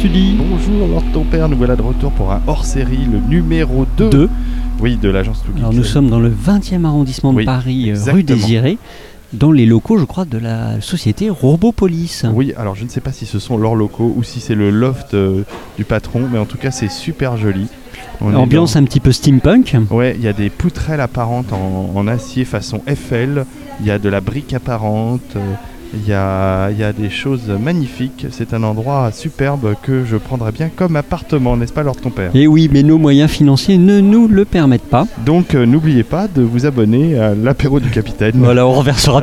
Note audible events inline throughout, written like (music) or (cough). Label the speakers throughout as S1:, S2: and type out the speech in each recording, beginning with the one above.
S1: tu dis
S2: Bonjour Lord ton père, nous voilà de retour pour un hors-série, le numéro 2.
S1: Deux.
S2: Oui, de l'agence Too
S1: Alors
S2: Geeks.
S1: nous sommes dans le 20e arrondissement de
S2: Oui,
S1: Paris, euh,
S2: exactement.
S1: rue Désirée, dans les locaux, je crois, de la société Robopolis.
S2: Oui, alors je ne sais pas si ce sont leurs locaux ou si c'est le loft euh, du patron, mais en tout cas c'est super joli. On est
S1: Ambiance un petit peu steampunk.
S2: dans- Ouais, il y a des poutrelles apparentes en, en acier façon Eiffel, il y a de la brique apparente, euh, il y, a, il y a des choses magnifiques. C'est un endroit superbe que je prendrais bien comme appartement, n'est-ce pas Lord ton père
S1: Et oui, mais nos moyens financiers ne nous le permettent pas.
S2: Donc euh, n'oubliez pas de vous abonner à l'apéro du capitaine.
S1: Voilà, on renversera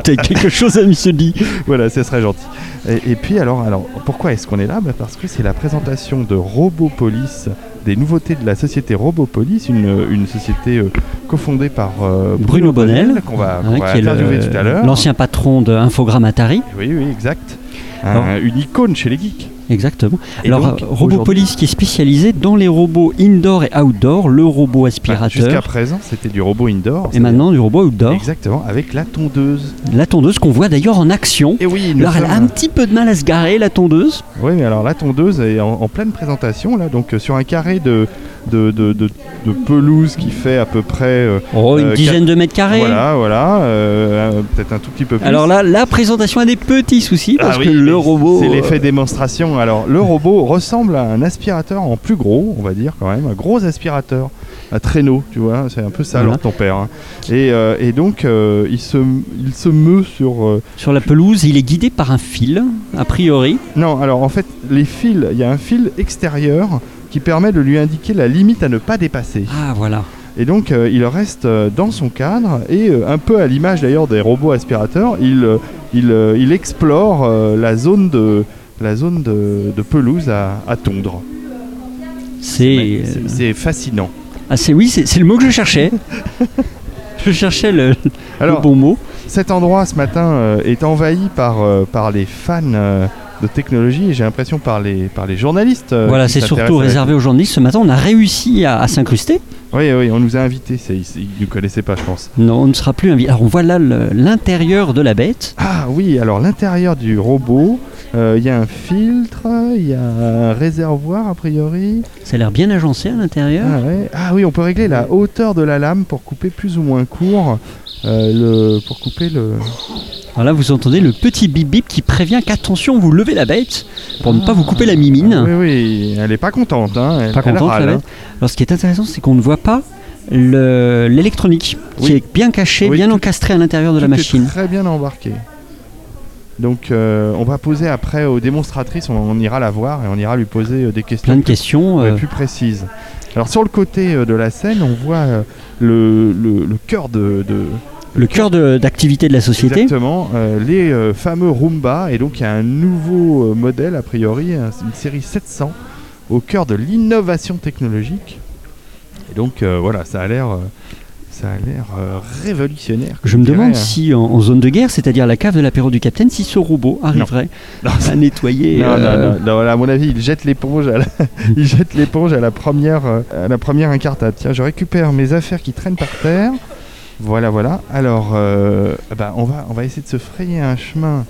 S2: (laughs)
S1: peut-être quelque chose à Monsieur Di.
S2: Voilà, ce serait gentil. Et, et puis alors, alors pourquoi est-ce qu'on est là Bah, Parce que c'est la présentation de Robopolis, des nouveautés de la société Robopolis, une, une société euh, cofondée par euh,
S1: Bruno Bonnel,
S2: qu'on va, qu'on
S1: hein,
S2: va
S1: qui est le-
S2: interviewer tout à l'heure.
S1: l'ancien patron de Infogramme Atari.
S2: Oui, oui, exact. Un- une icône chez les geeks.
S1: Exactement.
S2: Et
S1: Alors,
S2: donc,
S1: euh,
S2: aujourd'hui-
S1: Robopolis qui est spécialisé dans les robots indoor et outdoor, le robot
S2: Bah, Jusqu'à
S1: aspirateur,
S2: présent, c'était du robot indoor.
S1: et maintenant du robot outdoor.
S2: Exactement, avec la tondeuse.
S1: La tondeuse qu'on voit d'ailleurs en action.
S2: Et oui, nous
S1: Alors, elle a un
S2: sommes-
S1: petit peu de mal à se garer, la tondeuse.
S2: Oui, mais alors la tondeuse est en, en pleine présentation, là, donc euh, sur un carré de, de, de, de- de pelouse qui fait à peu près. euh,
S1: Oh, une
S2: Euh,
S1: dizaine de mètres carrés.
S2: Voilà, voilà, euh, euh, peut-être un tout petit peu plus.
S1: Alors là, la présentation a des petits soucis
S2: Ah
S1: parce
S2: oui,
S1: que
S2: mais
S1: le robot. euh,
S2: C'est l'effet démonstration. Alors, le robot ressemble à un aspirateur en plus gros, on va dire quand même, un gros aspirateur, un traîneau, tu vois, c'est un peu ça,
S1: Voilà.
S2: alors ton père. hein. Et, euh, et donc, euh, il, se, il se meut sur. euh,
S1: euh, sur la pelouse, il est guidé par un fil, a priori.
S2: Non, alors en fait, les fils, il y a un fil extérieur qui permet de lui indiquer la limite à ne pas dépasser.
S1: Ah voilà.
S2: Et donc euh, il reste euh, dans son cadre et euh, un peu à l'image d'ailleurs des robots aspirateurs, il, euh, il, euh, il explore euh, la zone de la zone de, de pelouse à, à tondre.
S1: C'est.
S2: Ouais,
S1: euh,
S2: c'est- c'est fascinant.
S1: Ah c'est oui, c'est c'est le mot que je (laughs) cherchais. je cherchais le, le
S2: Alors
S1: bon mot.
S2: cet endroit ce matin euh, est envahi par, euh, par les fans euh, de technologie et j'ai l'impression par les, par les journalistes. euh,
S1: voilà,
S2: qui
S1: c'est surtout
S2: s'intéressent à la-
S1: réservé aux journalistes. Ce matin, on a réussi à, à s'incruster.
S2: Oui, oui, on nous a invités, c'est- ils ne connaissaient pas je pense.
S1: Non, on ne sera plus invité. Alors on voit là le- l'intérieur de la bête.
S2: Ah oui, alors l'intérieur du robot, euh, il y a un filtre, il y a un réservoir a priori.
S1: Ça a l'air bien agencé à l'intérieur.
S2: Ah, ouais. Ah oui, on peut régler la hauteur de la lame pour couper plus ou moins court. euh, le, pour couper le.
S1: Alors là, vous entendez le petit bip bip qui prévient qu'attention, vous levez la bête pour ne pas vous couper la mimine.
S2: Ah oui, oui, elle est pas contente. Hein. Elle,
S1: pas
S2: elle
S1: contente,
S2: râle,
S1: la bête.
S2: hein.
S1: Alors, ce qui est intéressant, c'est qu'on ne voit pas le- l'électronique
S2: Oui.
S1: qui est bien cachée,
S2: Oui,
S1: bien
S2: tout-
S1: encastrée à l'intérieur de la
S2: Tout est
S1: machine.
S2: très bien embarqué. Donc, euh, on va poser après aux démonstratrices, on, on ira la voir et on ira lui poser euh, des questions.
S1: Plein de
S2: plus-
S1: questions.
S2: ouais,
S1: euh,
S2: plus précises. Alors sur le côté euh, de la scène, on voit euh, le, le- le cœur de, de-
S1: le cœur de- d'activité de la société.
S2: Exactement, euh, les euh, fameux Roomba. Et donc, il y a un nouveau euh, modèle, a priori, un- une série 700, au cœur de l'innovation technologique. Et donc, euh, voilà, ça a l'air. euh, ça a l'air euh, révolutionnaire.
S1: Je me
S2: dirais,
S1: demande
S2: hein.
S1: si en, en zone de guerre, c'est-à-dire la cave de l'apéro du capitaine, si ce robot arriverait
S2: Non,
S1: à nettoyer.
S2: non,
S1: euh,
S2: non, non, non, à mon avis, il jette l'éponge à la, (laughs) il jette l'éponge à la première, euh, à la première incartade. Tiens, je récupère mes affaires qui traînent par terre. Voilà, voilà. Alors, euh, bah, on va, on va essayer de se frayer un chemin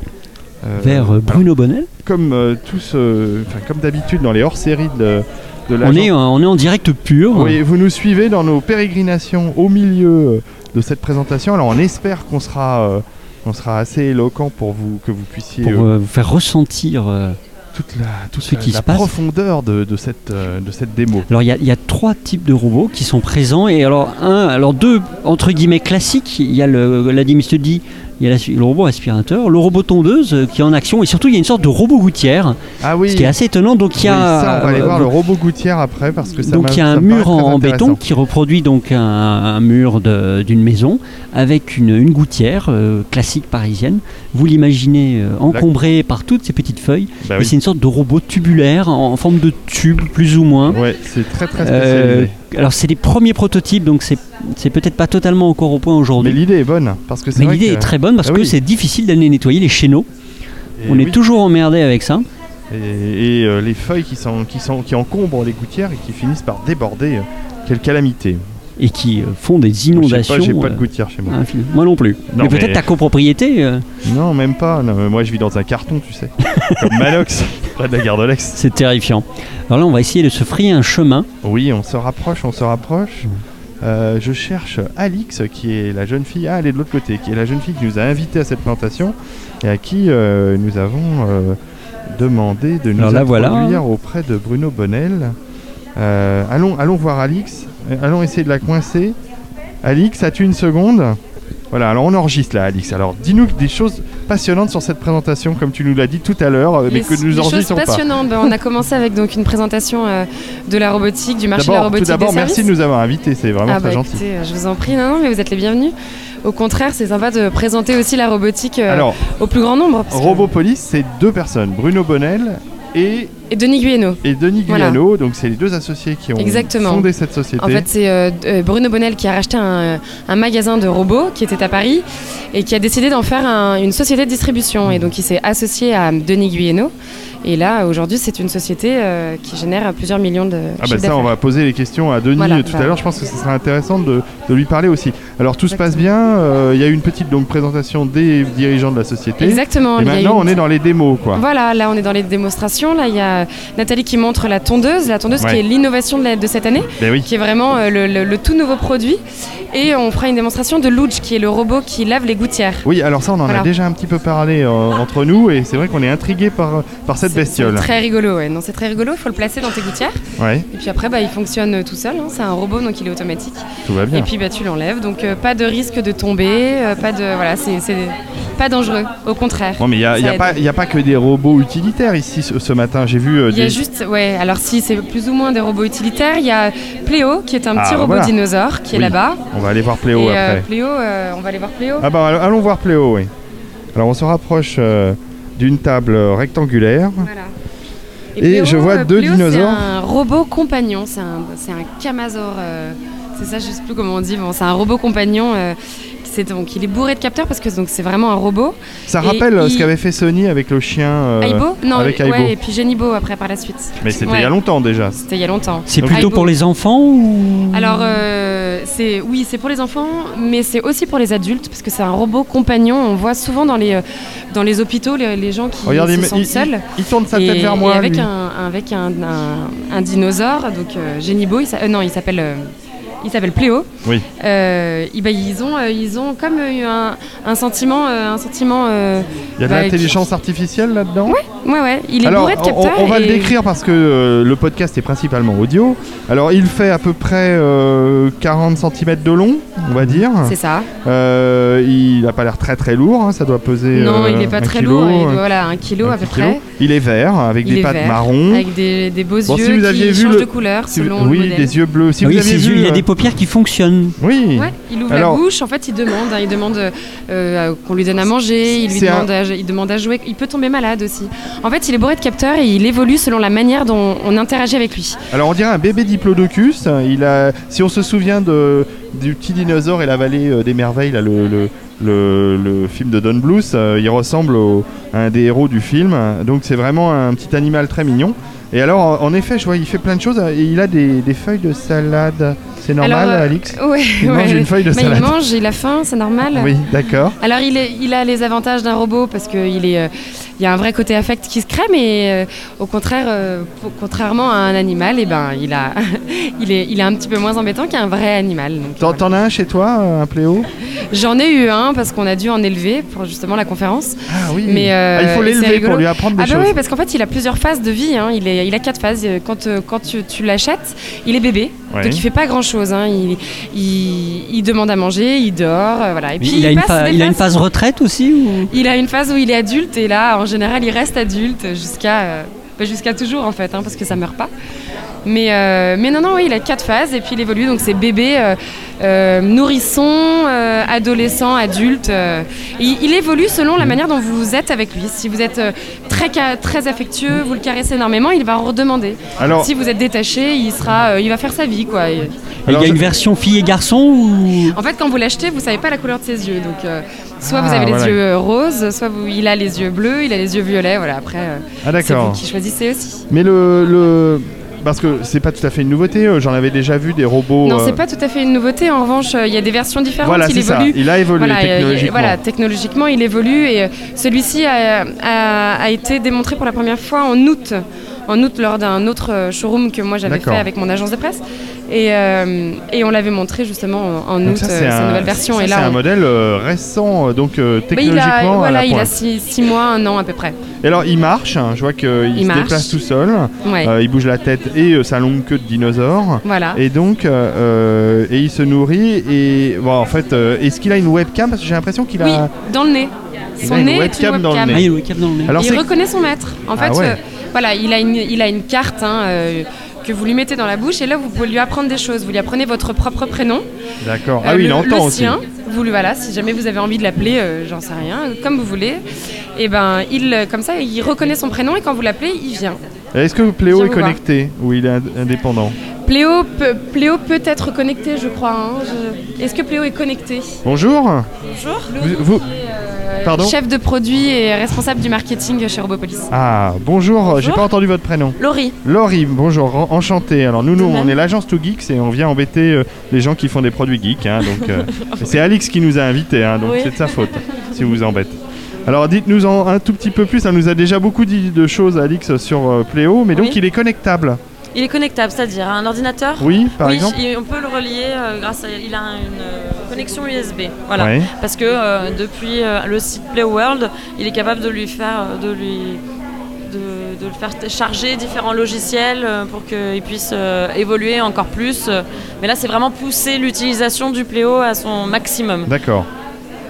S2: euh,
S1: Vers euh,
S2: alors,
S1: Bruno Bonnel.
S2: comme euh, tous, euh, enfin, comme d'habitude dans les hors-séries de, de la.
S1: On est, en- on est en direct pur.
S2: Oui, vous nous suivez dans nos pérégrinations au milieu euh, de cette présentation. Alors on espère qu'on sera, euh, on sera assez éloquent pour vous, que vous puissiez
S1: Pour
S2: euh,
S1: euh, vous faire ressentir. euh,
S2: toute la, toute
S1: ce
S2: la-
S1: qui
S2: la
S1: se passe.
S2: profondeur de, de cette, euh, de cette démo.
S1: Alors il y, a- il y a trois types de robots qui sont présents et alors un, alors deux entre guillemets classiques. Il y a le, l'a dit Mr. D, il y a la- le robot aspirateur, le robot tondeuse euh, qui est en action et surtout il y a une sorte de robot gouttière,
S2: Ah oui.
S1: ce qui est assez étonnant. Donc il y
S2: Oui,
S1: a
S2: ça, on va aller
S1: euh,
S2: voir le robot gouttière après parce que ça
S1: donc
S2: m'a-
S1: il y a
S2: ça
S1: un
S2: me paraît
S1: mur en,
S2: très
S1: en
S2: intéressant.
S1: béton qui reproduit donc un, un mur de- d'une maison avec une, une gouttière euh, classique parisienne. Vous l'imaginez euh, encombrée par toutes ces petites feuilles.
S2: Bah
S1: Et
S2: oui.
S1: c'est une sorte de robot tubulaire en, en forme de tube plus ou moins.
S2: Ouais, c'est très très
S1: Euh,
S2: spécialisé.
S1: alors c'est les premiers prototypes, donc c'est c'est peut-être pas totalement encore au point
S2: Mais
S1: aujourd'hui.
S2: l'idée est bonne parce que c'est
S1: Euh, Mais
S2: vrai
S1: l'idée
S2: que-
S1: est très bonne parce
S2: Ah
S1: que
S2: oui.
S1: c'est difficile d'aller nettoyer les chéneaux.
S2: et
S1: On est
S2: oui,
S1: toujours emmerdé avec ça.
S2: Et, et, euh, les feuilles qui, sont, qui, sont, qui encombrent les gouttières et qui finissent par déborder. euh, Quelle calamité.
S1: Et qui euh, font des
S2: Je sais
S1: inondations.
S2: pas, J'ai pas de
S1: euh,
S2: gouttière chez moi.
S1: infinie. moi non plus.
S2: Non,
S1: mais peut-être
S2: mais-
S1: ta copropriété. euh,
S2: Non, même pas. Non, mais moi, je vis dans un carton, tu sais. Comme Manox. près de la gare de l'Est.
S1: C'est terrifiant. Alors là, on va essayer de se frayer un chemin.
S2: Oui, on se rapproche, on se
S1: Mmh.
S2: rapproche. Euh, je cherche Alix, qui est la jeune fille. Ah, elle est de l'autre côté, qui est la jeune fille qui nous a invités à cette plantation et à qui euh, nous avons euh, demandé de nous
S1: Alors là, voilà.
S2: introduire auprès de Bruno Bonnel. Euh, allons, allons voir Alix. Euh, Allons essayer de la coincer. Alix, as-tu une seconde Voilà, alors on enregistre là, Alix. Alors dis-nous des choses passionnantes sur cette présentation, comme tu nous l'as dit tout à l'heure, euh, mais
S3: Les-
S2: que nous
S3: les choses
S2: enregistrons pas.
S3: passionnantes. Ben, on a commencé avec donc une présentation euh, de la robotique, du marché de la
S2: D'abord, tout
S3: robotique.
S2: d'abord,
S3: des
S2: merci de
S3: services.
S2: nous avoir invités, c'est vraiment
S3: Ah
S2: très
S3: bah
S2: gentil.
S3: écoutez, euh, je vous en prie, non, non, mais vous êtes les bienvenus. Au contraire, c'est sympa de présenter aussi la robotique euh,
S2: Alors,
S3: au plus grand nombre. parce que-
S2: Robopolis, c'est deux personnes, Bruno Bonnel et,
S3: Et Denis Guyeno.
S2: et Denis
S3: Voilà.
S2: Guyano. Donc, c'est les deux associés qui ont
S3: Exactement.
S2: fondé cette société.
S3: En fait, c'est euh, euh, Bruno Bonnel qui a racheté un, euh, un magasin de robots qui était à Paris et qui a décidé d'en faire un- une société de distribution. Et donc, il s'est associé à Denis Guyeno. Et là, aujourd'hui, c'est une société euh, qui génère plusieurs millions de
S2: Ah bah
S3: chiffres
S2: ça, on
S3: d'affaires.
S2: va poser les questions à Denis
S3: Voilà,
S2: tout à
S3: bah.
S2: l'heure. Je pense que ce sera intéressant de, de lui parler aussi. Alors tout se passe bien. euh, Il y a eu une petite donc présentation des dirigeants de la société.
S3: Exactement.
S2: Et
S3: il y a
S2: maintenant,
S3: une-
S2: on est dans les démos, quoi.
S3: Voilà, là on est dans les démonstrations. Là, il y a Nathalie qui montre la tondeuse, la tondeuse
S2: Ouais.
S3: qui est l'innovation de, la- de cette année,
S2: Ben oui.
S3: qui est vraiment euh, le, le- le tout nouveau produit. Et on fera une démonstration de Luge, qui est le robot qui lave les gouttières.
S2: Oui, alors ça, on en a
S3: Voilà.
S2: déjà un petit peu parlé euh, entre nous, et c'est vrai qu'on est intrigué par par cette
S3: C'est-
S2: bestiole.
S3: C'est très rigolo, ouais. Non, c'est très rigolo. Il faut le placer dans tes gouttières.
S2: Ouais,
S3: Et puis après, bah, il fonctionne euh, tout seul. hein. C'est un robot, donc il est automatique.
S2: tout va
S3: Et
S2: bien.
S3: puis, bah, tu l'enlèves. Donc, euh, pas de risque de tomber. euh, pas de. Voilà, c'est c'est pas dangereux. Au contraire.
S2: Bon, mais il n'y a,
S3: ça
S2: il y a
S3: aide.
S2: pas- il y a pas que des robots utilitaires ici ce, ce matin. J'ai vu euh,
S3: Il y a
S2: des.
S3: juste, ouais, alors si c'est plus ou moins des robots utilitaires, il y a Pléo qui est un
S2: Ah,
S3: petit
S2: bah
S3: robot
S2: voilà.
S3: dinosaure qui est
S2: Oui.
S3: là-bas.
S2: On va aller voir
S3: Et
S2: Pléo
S3: euh,
S2: après.
S3: Pléo, euh, on va aller voir Pléo.
S2: Ah bah allons voir Pléo, oui. Alors on se rapproche euh, d'une table rectangulaire.
S3: Voilà.
S2: Et je vois deux
S3: Pléo,
S2: dinosaures.
S3: C'est un robot compagnon, c'est un, c'est un camazor. euh, c'est ça, je sais plus comment on dit. Bon, c'est un robot compagnon. euh, c'est donc, il est bourré de capteurs parce que donc c'est vraiment un robot.
S2: Ça
S3: Et
S2: rappelle euh, ce
S3: il-
S2: qu'avait fait Sony avec le chien. euh,
S3: Aibo Non,
S2: avec
S3: ouais,
S2: Aibo.
S3: et puis Genibo après par la suite.
S2: Mais c'était
S3: Ouais.
S2: il y a longtemps déjà.
S3: C'était il y a longtemps.
S1: C'est
S2: Donc-
S1: plutôt
S3: Ah,
S1: pour les enfants ou
S2: Ah,
S3: Alors, euh, c'est oui, c'est pour les enfants, mais c'est aussi pour les adultes parce que c'est un robot compagnon. On voit souvent dans les euh, dans les hôpitaux les, les gens qui
S2: Regarde, il,
S3: se
S2: me-
S3: sentent
S2: il-
S3: seuls.
S2: il- il tourne sa
S3: et,
S2: tête vers
S3: et
S2: moi.
S3: avec
S2: lui.
S3: un avec un, un- un dinosaure, donc euh, Genibo, il s'a- euh, non, il s'appelle euh, il s'appelle Pléo.
S2: Oui.
S3: Euh, il- bah, ils ont euh, ils ont comme eu un, un sentiment euh, un sentiment. euh,
S2: Il y a de
S3: bah,
S2: l'intelligence artificielle là-dedans.
S3: ouais ouais, il est
S2: Alors,
S3: bourré de
S2: on,
S3: capteurs.
S2: on va le
S3: et-
S2: décrire parce que euh, le podcast est principalement audio. Alors, il fait à peu près euh, 40 cm de long, on va dire.
S3: C'est ça.
S2: Euh, il n'a pas l'air très très lourd, hein, ça doit peser.
S3: non,
S2: euh,
S3: il n'est pas
S2: un
S3: très
S2: kilo,
S3: lourd. Il doit,
S2: euh,
S3: voilà, un kilo
S2: un
S3: à peu
S2: petit kilo.
S3: près.
S2: Il est vert avec
S3: Il
S2: des
S3: est
S2: pattes
S3: vert,
S2: marron.
S3: Avec des, des beaux
S2: Bon,
S3: yeux
S2: si vous aviez
S3: qui
S2: vu
S3: changent
S2: le-
S3: de couleur
S2: Si vous-
S3: selon le
S2: oui,
S3: modèle.
S2: des yeux bleus. Si
S1: Ah oui,
S2: vous avez
S1: ses
S2: vu,
S1: yeux, il y a
S2: euh,
S1: des paupières qui fonctionnent.
S2: Oui.
S3: Ouais, il ouvre
S2: Alors-
S3: la bouche, en fait il demande, hein, il demande euh, euh, qu'on lui donne à manger, il lui
S2: C'est un-
S3: demande, à, il demande à jouer, il peut tomber malade aussi. En fait il est bourré de capteurs et il évolue selon la manière dont on interagit avec lui.
S2: Alors on dirait un bébé diplodocus. Il a, si on se souvient de, du petit dinosaure et la vallée euh, des merveilles, là, le, le, le, le film de Don Bluth, euh, il ressemble au- à un des héros du film. Donc c'est vraiment un petit animal très mignon. Et alors en- en effet, je vois, il fait plein de choses. Et il a des, des feuilles de salade. C'est normal,
S3: Alors, euh,
S2: Alix.
S3: Ouais, (laughs)
S2: Il mange
S3: ouais.
S2: une feuille de
S3: Mais Bah, il
S2: salade.
S3: mange, il a faim, c'est normal.
S2: Oui, d'accord.
S3: Alors il, est- il a les avantages d'un robot parce qu'il est, euh, il y a un vrai côté affect qui se crée, mais euh, au contraire, euh, pour- contrairement à un animal, et ben il a, (laughs) il est, il est un petit peu moins embêtant qu'un vrai animal. donc,
S2: T'en
S3: voilà.
S2: t'en as un chez toi, euh, un pléo
S3: J'en ai eu un parce qu'on a dû en élever pour justement la conférence.
S2: Ah oui.
S3: Mais, euh,
S2: Ah, il faut
S3: c'est
S2: l'élever pour
S3: rigolo.
S2: lui apprendre des
S3: Ah bah
S2: choses.
S3: oui, parce qu'en fait, il a plusieurs phases de vie. hein. Il, est, il a quatre phases. Euh, Quand, euh, quand tu, tu l'achètes, il est bébé,
S2: Ouais.
S3: donc il fait pas grand-chose. hein. Il, il, il demande à manger, il dort, euh, voilà. Et puis,
S1: il, a une
S3: passe
S1: fa-
S3: des
S1: il a une
S3: phases.
S1: phase retraite aussi ou...
S3: Il a une phase où il est adulte et là, en général, il reste adulte jusqu'à euh, bah, jusqu'à toujours en fait, hein, parce que ça meurt pas. Mais, euh, mais non, non, oui, il a quatre phases et puis il évolue. Donc c'est bébé, euh, euh, nourrisson, euh, adolescent, adulte. euh. il, il évolue selon la manière dont vous êtes avec lui. Si vous êtes euh, très, ca- très affectueux, vous le caressez énormément, il va redemander.
S2: Alors-
S3: si vous êtes détaché, il, sera, euh, il va faire sa vie. quoi. Et-
S2: Alors,
S1: Il y a
S2: je-
S1: une version fille et garçon ou
S3: en fait, quand vous l'achetez, vous savez pas la couleur de ses yeux. Donc, euh, soit vous
S2: Ah,
S3: avez les
S2: voilà.
S3: yeux euh, roses, soit vous- il a les yeux bleus, il a les yeux violets. Voilà, après, euh,
S2: Ah
S3: c'est vous
S2: d'accord.
S3: qui choisissez aussi.
S2: Mais le, le- parce que c'est pas tout à fait une nouveauté. euh, J'en avais déjà vu des robots.
S3: Non,
S2: euh,
S3: c'est pas tout à fait une nouveauté. En revanche, euh, il y a des versions différentes.
S2: Voilà,
S3: il
S2: c'est ça.
S3: évolue.
S2: Il a évolué
S3: Voilà, il y a- il y a-
S2: technologiquement.
S3: voilà, technologiquement, il évolue et euh, celui-ci a, a- a été démontré pour la première fois en août, en août lors d'un autre euh, showroom que moi j'avais
S2: D'accord.
S3: fait avec mon agence de presse et, euh, et on l'avait montré justement en, en
S2: Donc
S3: août
S2: ça,
S3: euh,
S2: c'est
S3: sa
S2: un,
S3: nouvelle version
S2: ça,
S3: et
S2: c'est
S3: là
S2: un
S3: on-
S2: modèle euh, récent, euh, donc euh,
S3: Bah, il
S2: technologiquement
S3: a,
S2: à
S3: voilà,
S2: la
S3: il a
S2: pointe.
S3: six, six mois, un an à peu près.
S2: Et alors il marche, hein, je vois qu'il
S3: Il
S2: se
S3: marche.
S2: déplace tout seul,
S3: Ouais.
S2: euh, il bouge la tête et euh, sa longue queue de dinosaure.
S3: voilà.
S2: Et donc, euh, euh, et il se nourrit et bon, en fait, euh, est-ce qu'il a une webcam Parce que j'ai l'impression qu'il a.
S3: Oui, dans le nez.
S2: Il
S3: Son
S2: a une
S3: nez est
S2: webcam
S3: une
S2: dans le
S3: webcam.
S2: nez.
S1: Ah, il y a le cap dans le nez.
S2: Alors
S3: Et
S2: c'est
S3: il reconnaît son maître. En
S2: Ah
S3: fait,
S2: ouais.
S3: euh, voilà, il a une, il a une carte hein, euh, que vous lui mettez dans la bouche et là, vous pouvez lui apprendre des choses. Vous lui apprenez votre propre prénom.
S2: d'accord.
S3: euh,
S2: ah oui,
S3: le,
S2: il entend
S3: le
S2: aussi.
S3: sien. Vous lui voilà, si jamais vous avez envie de l'appeler, euh, j'en sais rien, comme vous voulez. Et ben, il, euh, comme ça, il reconnaît son prénom et quand vous l'appelez, il vient.
S2: Est-ce que Pléo
S3: Viens
S2: est
S3: vous voir.
S2: connecté ou il est ind- indépendant
S3: Pléo peut, Pléo peut être connecté, je crois. hein. Je- Est-ce que Pléo est connecté
S2: Bonjour.
S3: Bonjour. euh,
S2: Vous, vous- Pardon
S3: Chef de produit et responsable du marketing chez Robopolis.
S2: Ah bonjour. J'ai pas entendu votre prénom.
S3: Laurie.
S2: Laurie, bonjour, en- enchanté. Alors nous, nous,
S4: De
S2: on
S4: même.
S2: est l'agence Too Geeks et on vient embêter euh, les gens qui font des produits geeks. hein, donc
S4: (laughs)
S2: euh, c'est Alix qui nous a invités, hein, donc
S4: Oui.
S2: c'est de sa faute si vous vous embête. Alors dites-nous en un tout petit peu plus. Elle nous a déjà beaucoup dit de choses, Alix, sur euh, Pléo, mais donc
S4: Oui.
S2: il est connectable.
S4: Il est connectable, c'est-à-dire à un ordinateur.
S2: Oui, par
S4: Oui,
S2: exemple.
S4: et on peut le relier euh, grâce à. Il a une euh, connexion USB. Voilà.
S2: Ouais.
S4: Parce que euh, depuis euh, le site Play World, il est capable de lui faire, euh, de lui, de, de le faire t- charger différents logiciels euh, pour qu'il puisse euh, évoluer encore plus. euh. Mais là, c'est vraiment pousser l'utilisation du Pléo à son maximum.
S2: D'accord.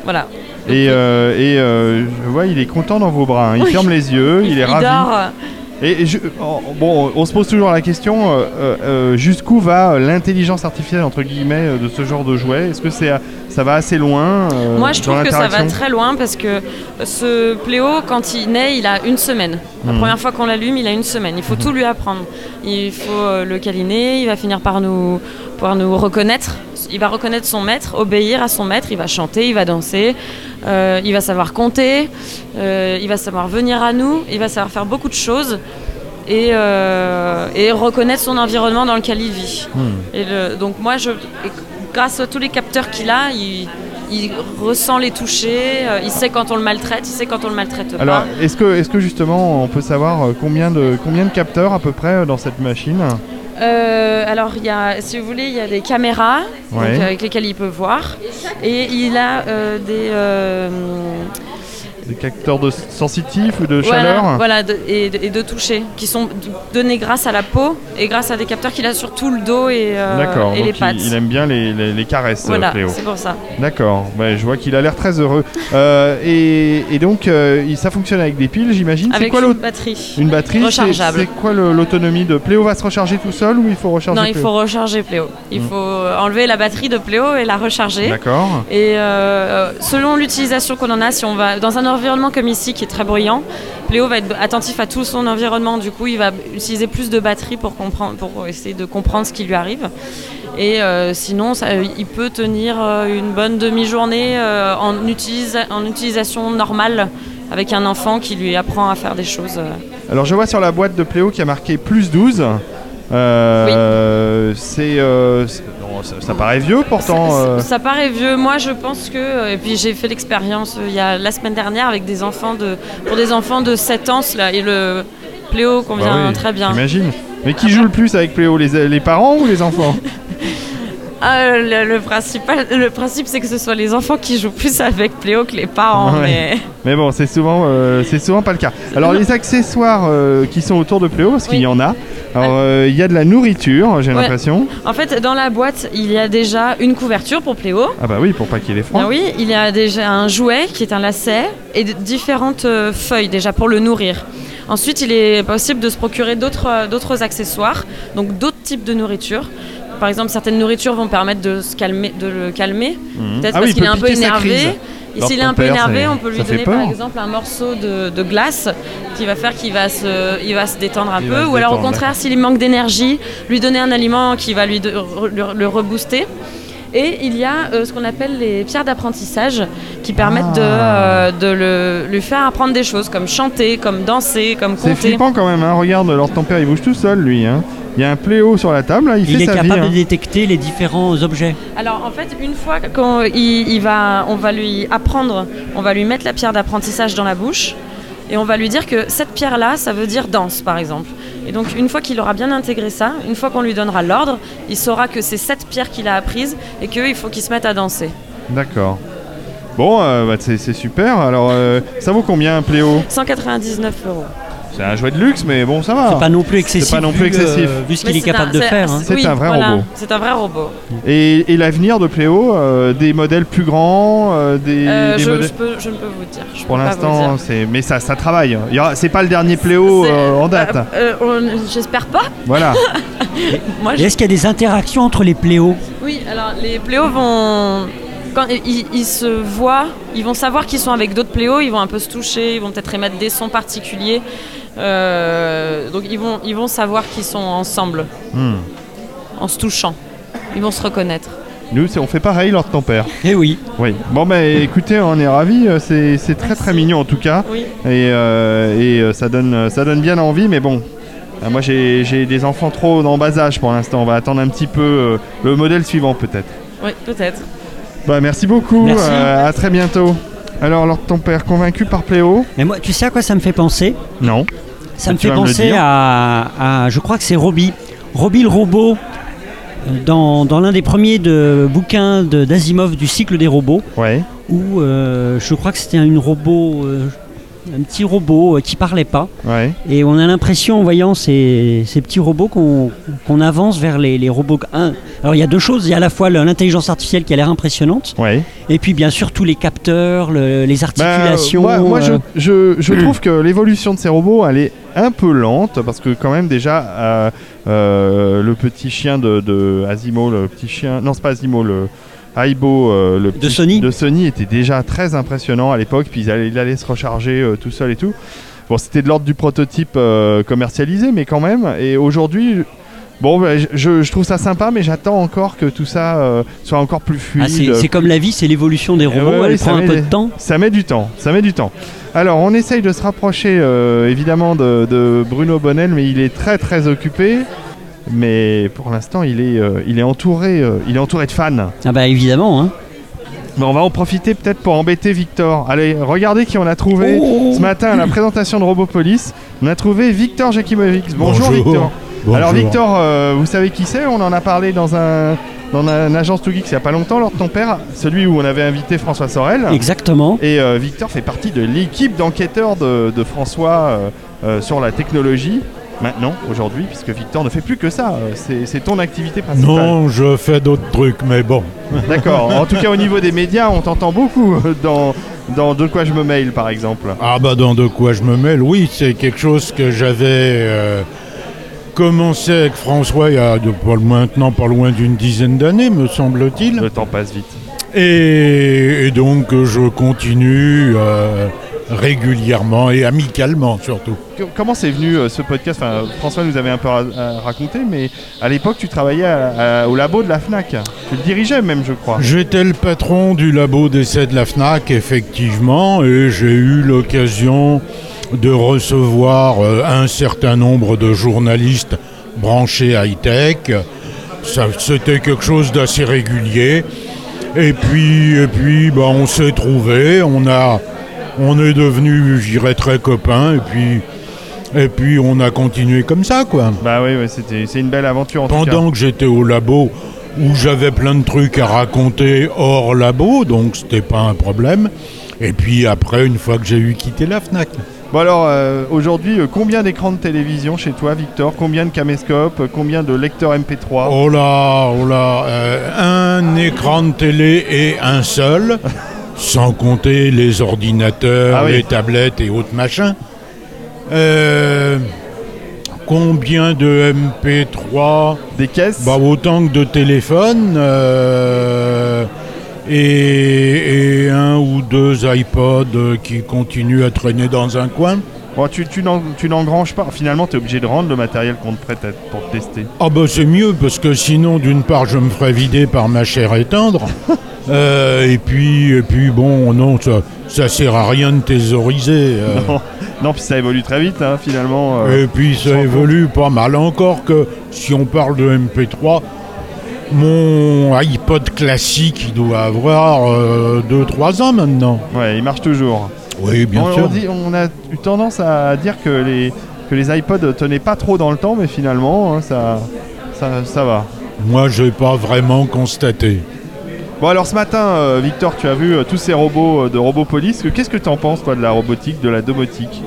S4: Voilà.
S2: Et, euh, et euh, je vois, il est content dans vos bras. hein. Il
S4: Oui.
S2: ferme les yeux, il, est ravi.
S4: dort. euh,
S2: Et je- oh, bon, on se pose toujours la question euh, euh, euh, jusqu'où va euh, l'intelligence artificielle entre guillemets euh, de ce genre de jouet Est-ce que c'est euh, ça va assez loin euh,
S4: Moi, je
S2: dans
S4: trouve que ça va
S2: l'interaction
S4: très loin parce que ce Pléo, quand il naît, il a une semaine. La
S2: Mhm.
S4: première fois qu'on l'allume, il a une semaine. Il faut tout lui apprendre. Il faut euh, le câliner, il va finir par nous, par nous reconnaître. Il va reconnaître son maître, obéir à son maître. Il va chanter, il va danser, euh, il va savoir compter, euh, il va savoir venir à nous, il va savoir faire beaucoup de choses. Et, euh, et reconnaître son environnement dans lequel il vit.
S2: Hmm.
S4: Et le- donc moi, je, et grâce à tous les capteurs qu'il a, il, il ressent les toucher, euh, il sait quand on le maltraite, il sait quand on le maltraite
S2: Alors,
S4: pas.
S2: est-ce que, est-ce que justement on peut savoir euh, combien de, combien de capteurs à peu près euh, dans cette machine
S4: Euh, alors, il y a, si vous voulez, il y a des caméras donc,
S2: Ouais.
S4: euh, avec lesquelles il peut voir. Et il a euh, des... euh,
S2: Des capteurs de sensitifs ou de chaleur
S4: voilà, voilà de- et, de- et de toucher, qui sont d- donnés grâce à la peau et grâce à des capteurs qu'il a sur tout le dos et, euh,
S2: D'accord,
S4: et
S2: donc
S4: les
S2: il-
S4: pattes.
S2: il, aime bien les, les- les caresses, euh,
S4: voilà,
S2: Cléo.
S4: c'est pour ça.
S2: D'accord, Ouais, je vois qu'il a l'air très heureux. Euh, et, et donc, euh, il- ça fonctionne avec des piles, j'imagine. c'est
S4: Avec
S2: quoi
S4: une
S2: l'autre
S4: batterie.
S2: Une batterie c'est-
S4: Rechargeable.
S2: C'est quoi le- l'autonomie de Pléo va se recharger tout seul ou il faut recharger
S4: Non, il
S2: Pléo
S4: faut recharger Pléo. Il faut euh, enlever la batterie de Pléo et la recharger.
S2: Mm. D'accord.
S4: Et euh, selon l'utilisation qu'on en a, si on va dans un environnement comme ici qui est très bruyant, Pléo va être attentif à tout son environnement. Du coup, il va utiliser plus de batterie pour, comprendre, pour essayer de comprendre ce qui lui arrive. Et euh, sinon, ça- il peut tenir euh, une bonne demi-journée euh, en, utilisa- en utilisation normale avec un enfant qui lui apprend à faire des choses. euh,
S2: Alors je vois sur la boîte de Pléo qui a marqué plus 12. Euh, C'est. euh, c'est- non, ça, ça paraît vieux pourtant.
S4: Ça-
S2: euh.
S4: Ça, ça paraît vieux. Moi, je pense que. Et puis, j'ai fait l'expérience euh, il y a la semaine dernière avec des enfants de. Pour des enfants de 7 ans, là, et le pléo
S2: Bah
S4: convient
S2: oui,
S4: très bien.
S2: J'imagine. Mais qui joue le plus avec Pléo les, les parents ou les
S4: (laughs)
S2: enfants
S4: Ah, euh, le, le principal, le principe, c'est que ce soit les enfants qui jouent plus avec pléo que les parents.
S2: Ah Ouais.
S4: mais-
S2: Mais bon, c'est souvent, euh, c'est souvent pas le cas. Alors les accessoires euh, qui sont autour de Pléo, parce qu'il
S4: Oui.
S2: y en a. Alors euh, il y a de la nourriture, j'ai
S4: Ouais.
S2: l'impression.
S4: En fait, dans la boîte, il y a déjà une couverture pour pléo.
S2: Ah bah oui, pour pas qu'il y ait les francs.
S4: Ben oui, il y a déjà un jouet qui est un lacet et d- différentes euh, feuilles déjà pour le nourrir. Ensuite, il est possible de se procurer d'autres euh, d'autres accessoires, donc d'autres types de nourriture. Par exemple, certaines nourritures vont permettre de, se calmer, de le calmer,
S2: Mhm.
S4: peut-être
S2: Ah
S4: parce
S2: oui, il
S4: qu'il est
S2: peut
S4: un peu
S2: piquer sa crise.
S4: énervé. Et
S2: Alors
S4: s'il est
S2: qu'on
S4: un peu
S2: perd,
S4: énervé,
S2: c'est-
S4: on peut lui
S2: ça fait
S4: donner par
S2: peur.
S4: exemple un morceau de, de glace qui va faire qu'il va se, il va se détendre un
S2: Il va
S4: peu.
S2: se
S4: Ou alors au
S2: détendre,
S4: contraire, s'il manque d'énergie, lui donner un aliment qui va lui de- re- le, le rebooster. Et il y a euh, ce qu'on appelle les pierres d'apprentissage qui permettent de,
S2: Ah.
S4: euh, de le- lui faire apprendre des choses comme chanter, comme danser, comme
S2: C'est
S4: compter.
S2: flippant quand même, hein. regarde, alors ton père il bouge tout seul lui. Hein. Il y a un pléo sur la table, là, il,
S1: Il
S2: fait
S1: est
S2: sa
S1: capable
S2: vie. hein.
S1: de détecter les différents objets.
S4: Alors en fait, une fois qu'on il, il va, on va lui apprendre, on va lui mettre la pierre d'apprentissage dans la bouche et on va lui dire que cette pierre-là, ça veut dire danse par exemple. Et donc une fois qu'il aura bien intégré ça, une fois qu'on lui donnera l'ordre, il saura que c'est cette pierre qu'il a apprise et qu'il faut qu'il se mette à danser.
S2: D'accord. Bon, euh, bah, c'est c'est super. Alors, euh, ça vaut combien un pléo
S4: 199 euros.
S2: C'est un jouet de luxe, mais bon, ça va.
S1: C'est pas non plus excessif.
S2: Ah. pas non plus
S1: vu, euh,
S2: excessif.
S1: vu ce
S4: Mais
S1: qu'il est
S4: c'est
S1: capable
S4: un-
S1: de
S4: c'est-
S1: faire. hein.
S2: C'est un vrai robot.
S4: C'est un vrai robot.
S2: Et, et l'avenir de Pléo, euh, des modèles plus grands, euh, des,
S4: Euh,
S2: des
S4: je,
S2: modèles-
S4: je peux- je ne peux vous dire. Je
S2: Pour
S4: peux pas vous
S2: l'instant,
S4: dire.
S2: c'est mais ça, ça travaille. Il y aura- C'est pas le dernier Pléo
S4: C'est-
S2: euh, en date.
S4: Bah, euh, on- J'espère pas.
S2: Voilà.
S4: Moi,
S1: Et
S4: je-
S1: Est-ce qu'il y a des interactions entre les pléos
S4: Oui, alors les pléos vont. Quand ils, ils se voient, ils vont savoir qu'ils sont avec d'autres pléos, ils vont un peu se toucher, ils vont peut-être émettre des sons particuliers. Euh, donc ils vont, ils vont savoir qu'ils sont ensemble,
S2: Hmm.
S4: en se touchant. Ils vont se reconnaître.
S2: Nous, c'est- on fait pareil lors de ton père.
S1: Eh oui.
S2: Oui. Bon, bah écoutez, on est ravis. euh, C'est c'est très très
S4: Merci.
S2: mignon en tout cas.
S4: Oui.
S2: Et, euh, et, euh, ça, donne, ça donne bien envie, mais bon. Ah, Moi, j'ai j'ai des enfants trop en bas âge pour l'instant. On va attendre un petit peu euh, le modèle suivant, peut-être.
S4: Oui, peut-être.
S2: Bah, merci beaucoup. Euh,
S1: Merci.
S2: à très bientôt. Alors, lors de ton père, convaincu par Pléo
S1: Mais moi, tu sais à quoi ça me fait penser
S2: Non.
S1: Ça me
S2: Ah, Tu
S1: fait
S2: vas me le
S1: penser
S2: dire.
S1: à, à- Je crois que c'est Robbie. Robbie le robot, euh, dans, dans l'un des premiers de, bouquins de- d'Asimov du cycle des robots,
S2: Ouais.
S1: où euh, je crois que c'était une robot. euh, un petit robot euh, qui parlait pas.
S2: Ouais.
S1: Et on a l'impression, en voyant ces, ces petits robots, qu'on qu'on avance vers les, les robots. un. Alors il y a deux choses. Il y a à la fois le- l'intelligence artificielle qui a l'air impressionnante,
S2: Ouais.
S1: et puis bien sûr tous les capteurs, le- les
S2: Bah,
S1: articulations.
S2: moi, moi, je,
S1: euh,
S2: je-
S1: (clears throat)
S2: je trouve que l'évolution de ces robots, elle est un peu lente parce que quand même déjà euh, euh, le petit chien de, de Asimo, le petit chien, non c'est pas Asimo, le Aibo, euh, le petit-
S1: Sony.
S2: de Sony était déjà très impressionnant à l'époque. Puis il allait, il allait se recharger euh, tout seul et tout. Bon, c'était de l'ordre du prototype euh, commercialisé, mais quand même. Et aujourd'hui. Bon, bah, je- je, je trouve ça sympa, mais j'attends encore que tout ça euh, soit encore plus fluide.
S1: Ah, c'est c'est comme la vie, c'est l'évolution des
S2: Eh
S1: robots,
S2: ouais, ouais,
S1: elle
S2: ça
S1: prend un
S2: met
S1: peu
S2: des-
S1: de temps.
S2: Ça met du temps, ça met du temps. Alors, on essaye de se rapprocher euh, évidemment de, de Bruno Bonnel, mais il est très très occupé. Mais pour l'instant, il est, euh, il est entouré, euh, il est entouré de fans.
S1: Ah bah évidemment. Hein.
S2: Mais on va en profiter peut-être pour embêter Victor. Allez, regardez qui on a trouvé
S1: Oh.
S2: ce matin à la présentation de Robopolis. On a trouvé Victor Jakimovic. Bonjour, Victor. Alors Victor, euh, vous savez qui c'est On en a parlé dans un dans un agence to geeks il y a pas longtemps lors de ton père, celui où on avait invité François Sorel.
S1: Exactement.
S2: Et euh, Victor fait partie de l'équipe d'enquêteurs de, de François euh, euh, sur la technologie maintenant, aujourd'hui, puisque Victor ne fait plus que ça. Euh, C'est c'est ton activité principale.
S5: Non, je fais d'autres trucs, mais bon.
S2: (laughs) D'accord. En tout cas, au niveau des médias, on t'entend beaucoup euh, dans, dans De quoi je me mail, par exemple.
S5: Ah bah dans de quoi je me mêle, oui, c'est quelque chose que j'avais euh, commencé avec François il y a de- pas loin- maintenant pas loin d'une dizaine d'années, me semble-t-il.
S2: Le temps passe vite.
S5: Et, et donc euh, je continue euh, régulièrement et amicalement surtout.
S2: Co- Comment c'est venu euh, ce podcast enfin, François nous avait un peu ra- euh, raconté, mais à l'époque, tu travaillais à- à- au labo de la FNAC. Tu le dirigeais même, je crois.
S5: J'étais le patron du labo d'essai de la FNAC, effectivement, et j'ai eu l'occasion de recevoir euh, un certain nombre de journalistes branchés high-tech. Ça, C'était quelque chose d'assez régulier. Et puis, et puis bah, on s'est trouvés, on, a, on est devenus, j'irais, très copains, et puis, et puis on a continué comme ça, quoi.
S2: Bah oui, ouais, c'était- c'est une belle aventure en tout cas.
S5: Pendant que j'étais au labo, où j'avais plein de trucs à raconter hors labo, donc c'était pas un problème. Et puis après, une fois que j'ai eu quitté la FNAC,
S2: Bon alors euh, aujourd'hui euh, combien d'écrans de télévision chez toi Victor Combien de caméscopes Euh, Combien de lecteurs MP3
S5: oh là, oh là, euh, un écran de télé et un seul, sans compter les ordinateurs,
S2: Ah oui.
S5: les tablettes et autres machins. Euh, combien de MP3
S2: Des caisses
S5: Bah, autant que de téléphones euh, et, et un ou deux iPods euh, qui continuent à traîner dans un coin.
S2: Bon, Tu, tu n'en- tu n'engranges pas. Finalement t'es obligé de rendre le matériel qu'on te prête à- pour te tester.
S5: Ah bah c'est mieux parce que sinon d'une part je me ferais vider par ma chère et tendre Euh, et puis, et puis bon, non, ça, ça sert à rien de thésauriser. euh.
S2: Non, non, puis ça évolue très vite, hein, finalement. euh,
S5: Et puis
S2: on
S5: ça
S2: s'en
S5: évolue pas mal. Encore que si on parle de MP3, mon iPod classique, il doit avoir 2-3 ans maintenant.
S2: Ouais, il marche toujours.
S5: Oui, bien
S2: on,
S5: sûr.
S2: on dit- on a eu tendance à dire que les, que les iPods tenaient pas trop dans le temps, mais finalement, hein, ça, ça, ça va.
S5: Moi, j'ai pas vraiment constaté.
S2: Bon, alors ce matin, euh, Victor, tu as vu euh, tous ces robots euh, de Robopolis. Que- Qu'est-ce que tu en penses, toi, de la robotique, de la domotique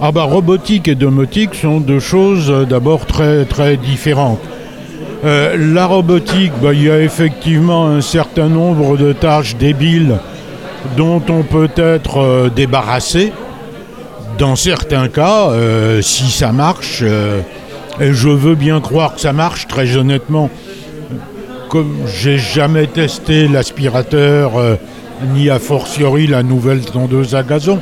S5: Ah bah robotique et domotique sont deux choses euh, d'abord très très différentes. Euh, la robotique, bah, il y a effectivement un certain nombre de tâches débiles dont on peut être euh, débarrassé. Dans certains cas, euh, si ça marche, euh, et je veux bien croire que ça marche, très honnêtement, comme j'ai jamais testé l'aspirateur, euh, ni a fortiori la nouvelle tondeuse à gazon,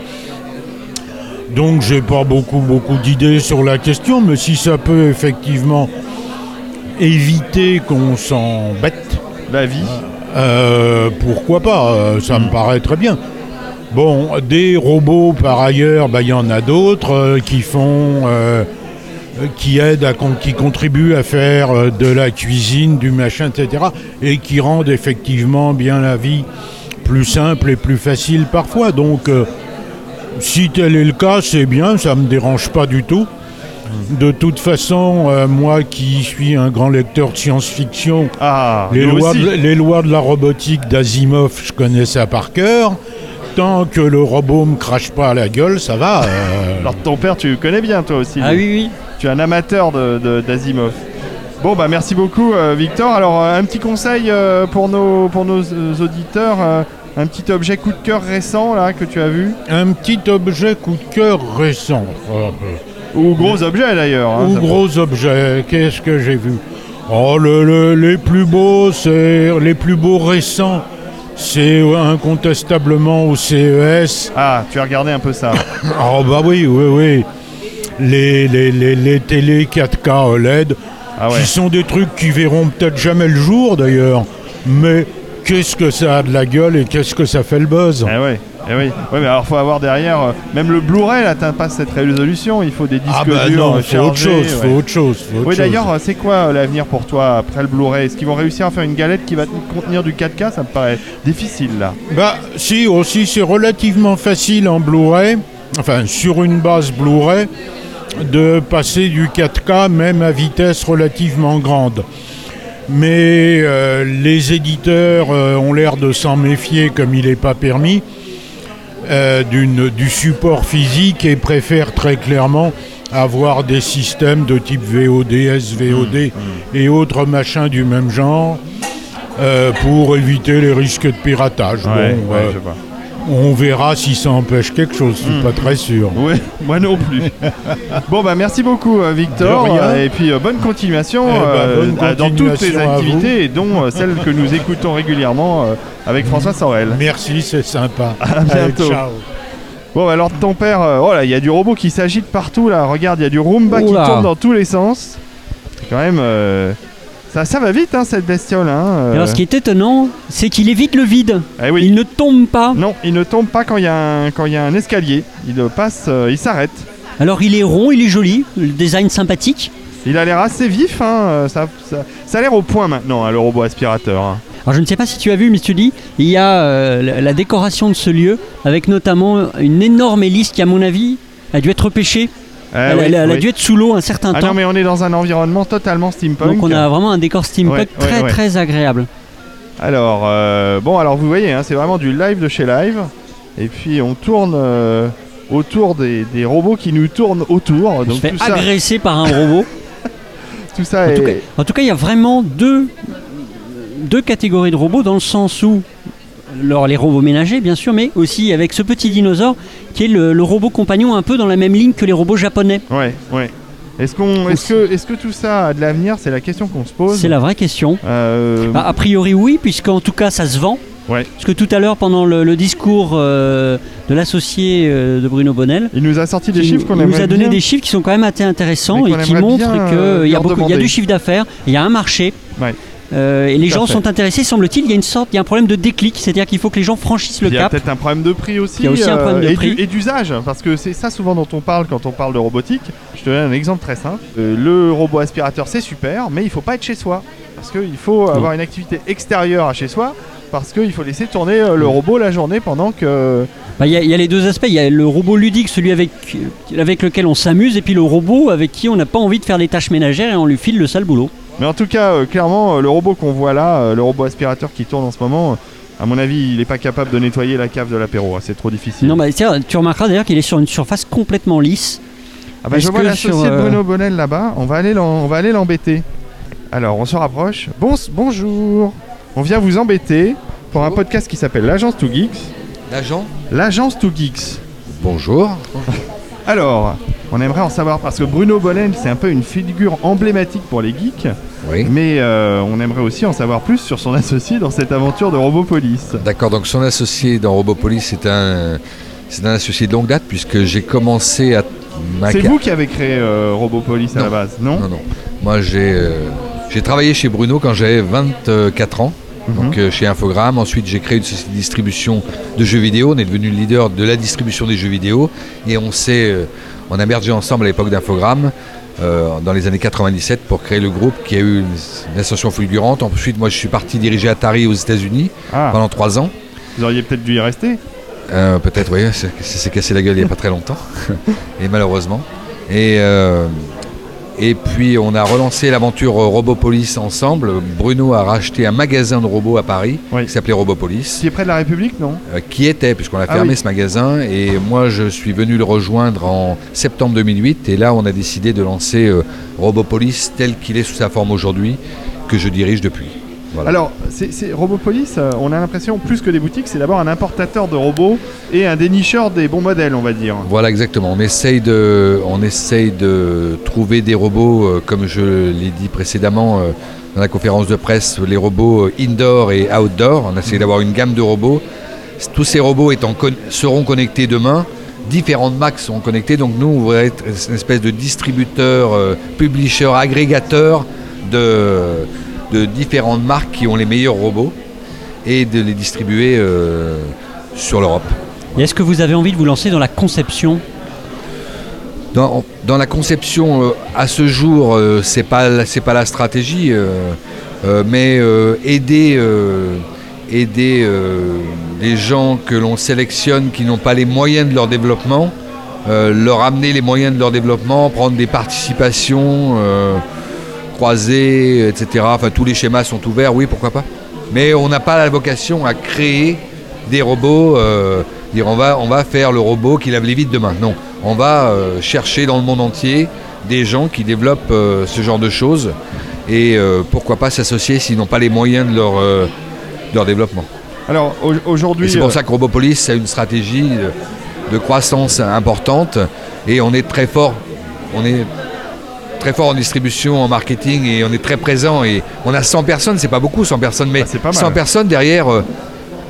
S5: donc j'ai pas beaucoup beaucoup d'idées sur la question, mais si ça peut effectivement éviter qu'on s'embête,
S2: La vie
S5: euh, pourquoi pas euh, Ça me paraît très bien. Bon, des robots par ailleurs, bah, il y en a d'autres euh, qui font, euh, qui aident, à, con- qui contribuent à faire euh, de la cuisine, du machin, etc. Et qui rendent effectivement bien la vie plus simple et plus facile parfois. Donc, euh, si tel est le cas, c'est bien, ça me dérange pas du tout. De toute façon, euh, moi qui suis un grand lecteur de science-fiction,
S2: Ah,
S5: les
S2: nous
S5: lois,
S2: aussi.
S5: de, les lois de la robotique d'Asimov, je connais ça par cœur. Tant que le robot me crache pas à la gueule, ça va. euh.
S2: Alors, ton père, tu le connais bien, toi aussi.
S1: Ah
S2: lui.
S1: oui, oui.
S2: Tu es un amateur de- de- d'Asimov. Bon, bah merci beaucoup, euh, Victor. Alors, euh, un petit conseil euh, pour nos, pour nos euh, auditeurs. euh, un petit objet coup de cœur récent, là, que tu as vu.
S5: Un petit objet coup de cœur récent. Oh, euh.
S2: Ou gros objet, d'ailleurs. hein,
S5: Ou
S2: Ah, ça peut-
S5: gros objets, qu'est-ce que j'ai vu Oh, le, le- les plus beaux, c'est les plus beaux récents. C'est incontestablement au E CES.
S2: Ah, tu as regardé un peu
S5: (laughs)
S2: ça.
S5: Oh bah oui, oui, oui. Les, les, les, les télé 4K OLED,
S2: Ah ouais.
S5: E qui sont des trucs qui verront peut-être jamais le jour d'ailleurs. Mais qu'est-ce que ça a de la gueule et qu'est-ce que ça fait le buzz
S2: eh ouais, eh oui. Ouais, mais alors, faut avoir derrière. euh, même le Blu-ray, là, atteint pas cette résolution. Il faut des disques
S5: Ah bah
S2: durs.
S5: non,
S2: euh,
S5: faut autre
S2: chargés,
S5: chose,
S2: ouais.
S5: faut autre chose, faut autre
S2: Oui,
S5: chose.
S2: d'ailleurs, euh, c'est quoi euh, l'avenir pour toi après le Blu-ray Est-ce qu'ils vont réussir à faire une galette qui va t- contenir du 4K Ça me paraît difficile, là.
S5: Bah si aussi c'est relativement facile en Blu-ray, enfin sur une base Blu-ray, de passer du 4K même à vitesse relativement grande. Mais euh, les éditeurs euh, ont l'air de s'en méfier comme il n'est pas permis euh, d'une- du support physique et préfèrent très clairement avoir des systèmes de type VOD, SVOD
S2: Mmh,
S5: et autres machins du même genre euh, pour éviter les risques de piratage. Bon, euh,
S2: je vois. Mmh,
S5: on verra si ça empêche quelque chose, je suis pas très sûr.
S2: Oui,
S5: (laughs)
S2: moi non plus. (laughs) bon, bah merci beaucoup, euh, Victor.
S5: De rien.
S2: Euh, Et puis euh, bonne continuation
S5: Eh ben, bonne
S2: euh, à- dans toutes les
S5: continuation à
S2: activités, et dont euh, celle que nous écoutons régulièrement euh, avec François Sorel.
S5: Merci, c'est sympa.
S2: À bientôt.
S5: Allez, ciao.
S2: Bon, bah, alors ton père, euh, oh là, il y a du robot qui s'agite partout là. Regarde, il y a du Roomba qui
S1: Oula.
S2: tourne dans tous les sens. C'est Quand même, euh, ça, ça va vite hein, cette bestiole. Hein, euh.
S1: Et Alors, ce qui est étonnant, c'est qu'il évite le vide.
S2: Eh oui.
S1: Il ne tombe pas.
S2: Non, il ne tombe pas quand il y, a un- quand il y a un escalier. Il euh, passe, euh, il s'arrête.
S1: Alors, il est rond, il est joli, le design sympathique.
S2: Il a l'air assez vif. Hein, euh, ça, ça- ça a l'air au point maintenant, hein, le robot aspirateur. hein.
S1: Alors, je ne sais pas si tu as vu, mais tu dis, il y a euh, la, la décoration de ce lieu, avec notamment une énorme hélice qui, à mon avis, a dû être pêchée.
S2: Eh
S1: Ah, elle,
S2: oui,
S1: elle- elle a
S2: oui.
S1: dû être sous l'eau un certain
S2: Ah
S1: temps.
S2: non, mais on est dans un environnement totalement steampunk.
S1: Donc, on a vraiment un décor steampunk
S2: Ouais, ouais,
S1: très
S2: ouais.
S1: très agréable.
S2: Alors, euh, bon, alors vous voyez, hein, c'est vraiment du live de chez live. Et puis on tourne euh, autour des, des robots qui nous tournent autour.
S1: Je
S2: Donc
S1: fais
S2: tout ça,
S1: agresser par un robot.
S2: tout ça
S1: En tout, cas,
S2: est.
S1: en tout cas, il y a vraiment deux, deux catégories de robots dans le sens où alors les robots ménagers bien sûr, mais aussi avec ce petit dinosaure qui est le, le robot compagnon un peu dans la même ligne que les robots japonais.
S2: Ouais, ouais. Est-ce qu'on, est-ce
S1: Aussi.
S2: que, est-ce que tout ça a de l'avenir C'est la question qu'on se pose.
S1: C'est la vraie question.
S2: Euh,
S1: Bah, a priori oui, puisqu'en tout cas ça se vend.
S2: Ouais.
S1: Parce que tout à l'heure pendant le, le discours euh, de l'associé euh, de Bruno Bonnel,
S2: Il nous a sorti des
S1: qui
S2: chiffres qu'on
S1: nous
S2: aimerait
S1: a donné
S2: bien.
S1: des chiffres qui sont quand même assez intéressants
S2: Mais
S1: et
S2: qu'on
S1: qui
S2: aimerait
S1: montrent
S2: bien,
S1: qu'il
S2: euh,
S1: y, a
S2: leur
S1: beaucoup- il y a
S2: demander.
S1: du chiffre d'affaires, il y a un marché.
S2: Ouais.
S1: Euh, et les
S2: Tout à
S1: gens
S2: fait.
S1: sont intéressés, semble-t-il. Il y a une sorte, il y a un problème de déclic, c'est-à-dire qu'il faut que les gens franchissent le
S2: Il y a
S1: cap.
S2: peut-être un problème de prix aussi. euh,
S1: Il y a aussi un problème de
S2: et
S1: prix.
S2: du- et d'usage, parce que c'est ça souvent dont on parle quand on parle de robotique. Je te donne un exemple très simple. Euh, le robot aspirateur, c'est super, mais il faut pas être chez soi. Parce qu'il
S1: Mm.
S2: faut avoir une activité extérieure à chez soi, parce qu'il faut laisser tourner euh, le
S1: Mm.
S2: robot la journée pendant que.
S1: Bah, Il y, a- il y a les deux aspects. Il y a le robot ludique, celui avec, avec lequel on s'amuse, et puis le robot avec qui on n'a pas envie de faire des tâches ménagères et on lui file le sale boulot.
S2: Mais en tout cas, euh, clairement, euh, le robot qu'on voit là, euh, le robot aspirateur qui tourne en ce moment, euh, à mon avis, il n'est pas capable de nettoyer la cave de l'apéro. hein, c'est trop difficile.
S1: Non, bah, tiens, tu remarqueras d'ailleurs qu'il est sur une surface complètement lisse.
S2: Ah bah, je
S1: Est-ce
S2: vois
S1: que
S2: l'associé
S1: sur,
S2: de
S1: euh,
S2: Bruno Bonnel là-bas, on va aller l'en- on va aller l'embêter. Alors on se rapproche. Bon, bonjour. On vient vous embêter pour un
S6: Bonjour.
S2: podcast qui s'appelle l'Agence to Geeks.
S6: L'agent
S2: L'Agence to Geeks.
S6: Bonjour.
S2: (laughs) Alors, on aimerait en savoir parce que Bruno Bonnel, c'est un peu une figure emblématique pour les geeks,
S6: Oui.
S2: mais euh, on aimerait aussi en savoir plus sur son associé dans cette aventure de Robopolis.
S6: D'accord, donc son associé dans Robopolis, c'est un, c'est un associé de longue date puisque j'ai commencé à... ma
S2: C'est
S6: car-
S2: vous qui avez créé euh, Robopolis à
S6: Ah, Non.
S2: la base, non,
S6: Non, non. Moi, j'ai euh, j'ai travaillé chez Bruno quand j'avais 24 ans,
S2: Mhm.
S6: donc euh, chez Infogrames. Ensuite, j'ai créé une société de distribution de jeux vidéo. On est devenu le leader de la distribution des jeux vidéo. Et on s'est... euh, on a mergé ensemble à l'époque d'Infogrames. euh, dans les années 97 pour créer le groupe qui a eu une, une ascension fulgurante. Ensuite, moi, je suis parti diriger Atari aux États-Unis
S2: Ah,
S6: pendant trois ans.
S2: vous auriez peut-être dû y rester.
S6: Euh, Peut-être, oui, c'est c'est- c'est cassé la gueule il n'y a pas très longtemps, (laughs) et malheureusement. Et, euh, et puis on a relancé l'aventure euh, Robopolis ensemble. Bruno a racheté un magasin de robots à Paris
S2: Oui.
S6: qui s'appelait Robopolis,
S2: Qui est près de la République, non
S6: euh, qui était, puisqu'on a
S2: Ah
S6: fermé
S2: oui.
S6: ce magasin, et moi je suis venu le rejoindre en septembre 2008, et là on a décidé de lancer euh, Robopolis tel qu'il est sous sa forme aujourd'hui, que je dirige depuis. Voilà.
S2: Alors, c'est c'est- Robopolis, euh, on a l'impression, plus que des boutiques, c'est d'abord un importateur de robots et un dénicheur des bons modèles, on va dire.
S6: Voilà exactement. On essaye de, on essaye de trouver des robots, euh, comme je l'ai dit précédemment euh, dans la conférence de presse, les robots euh, indoor et outdoor. On essaye d'avoir une gamme de robots. Tous ces robots étant con- seront connectés demain. Différentes marques seront connectées. Donc nous, on va être une espèce de distributeur, euh, publisher, agrégateur de, de différentes marques qui ont les meilleurs robots et de les distribuer euh, sur l'Europe.
S1: Et Est-ce que vous avez envie de vous lancer dans la conception
S6: Dans, dans la conception, euh, à ce jour, euh, c'est pas la- c'est pas la stratégie, euh, euh, mais euh, aider euh, aider euh, les gens que l'on sélectionne qui n'ont pas les moyens de leur développement, euh, leur amener les moyens de leur développement, prendre des participations euh, croisées, etc. Enfin, tous les schémas sont ouverts, oui, pourquoi pas. Mais on n'a pas la vocation à créer des robots, euh, dire on va, on va faire le robot qui lave les vides demain. Non, on va euh, chercher dans le monde entier des gens qui développent euh, ce genre de choses et euh, pourquoi pas s'associer s'ils n'ont pas les moyens de leur, euh, de leur développement.
S2: Alors, au-
S6: Et
S2: aujourd'hui,
S6: c'est
S2: euh,
S6: pour ça que Robopolis a une stratégie de, de croissance importante et on est très fort. On est très fort en distribution, en marketing et on est très présent et on a 100 personnes, c'est pas beaucoup 100 personnes mais
S2: Ah, c'est pas mal.
S6: 100 personnes derrière euh,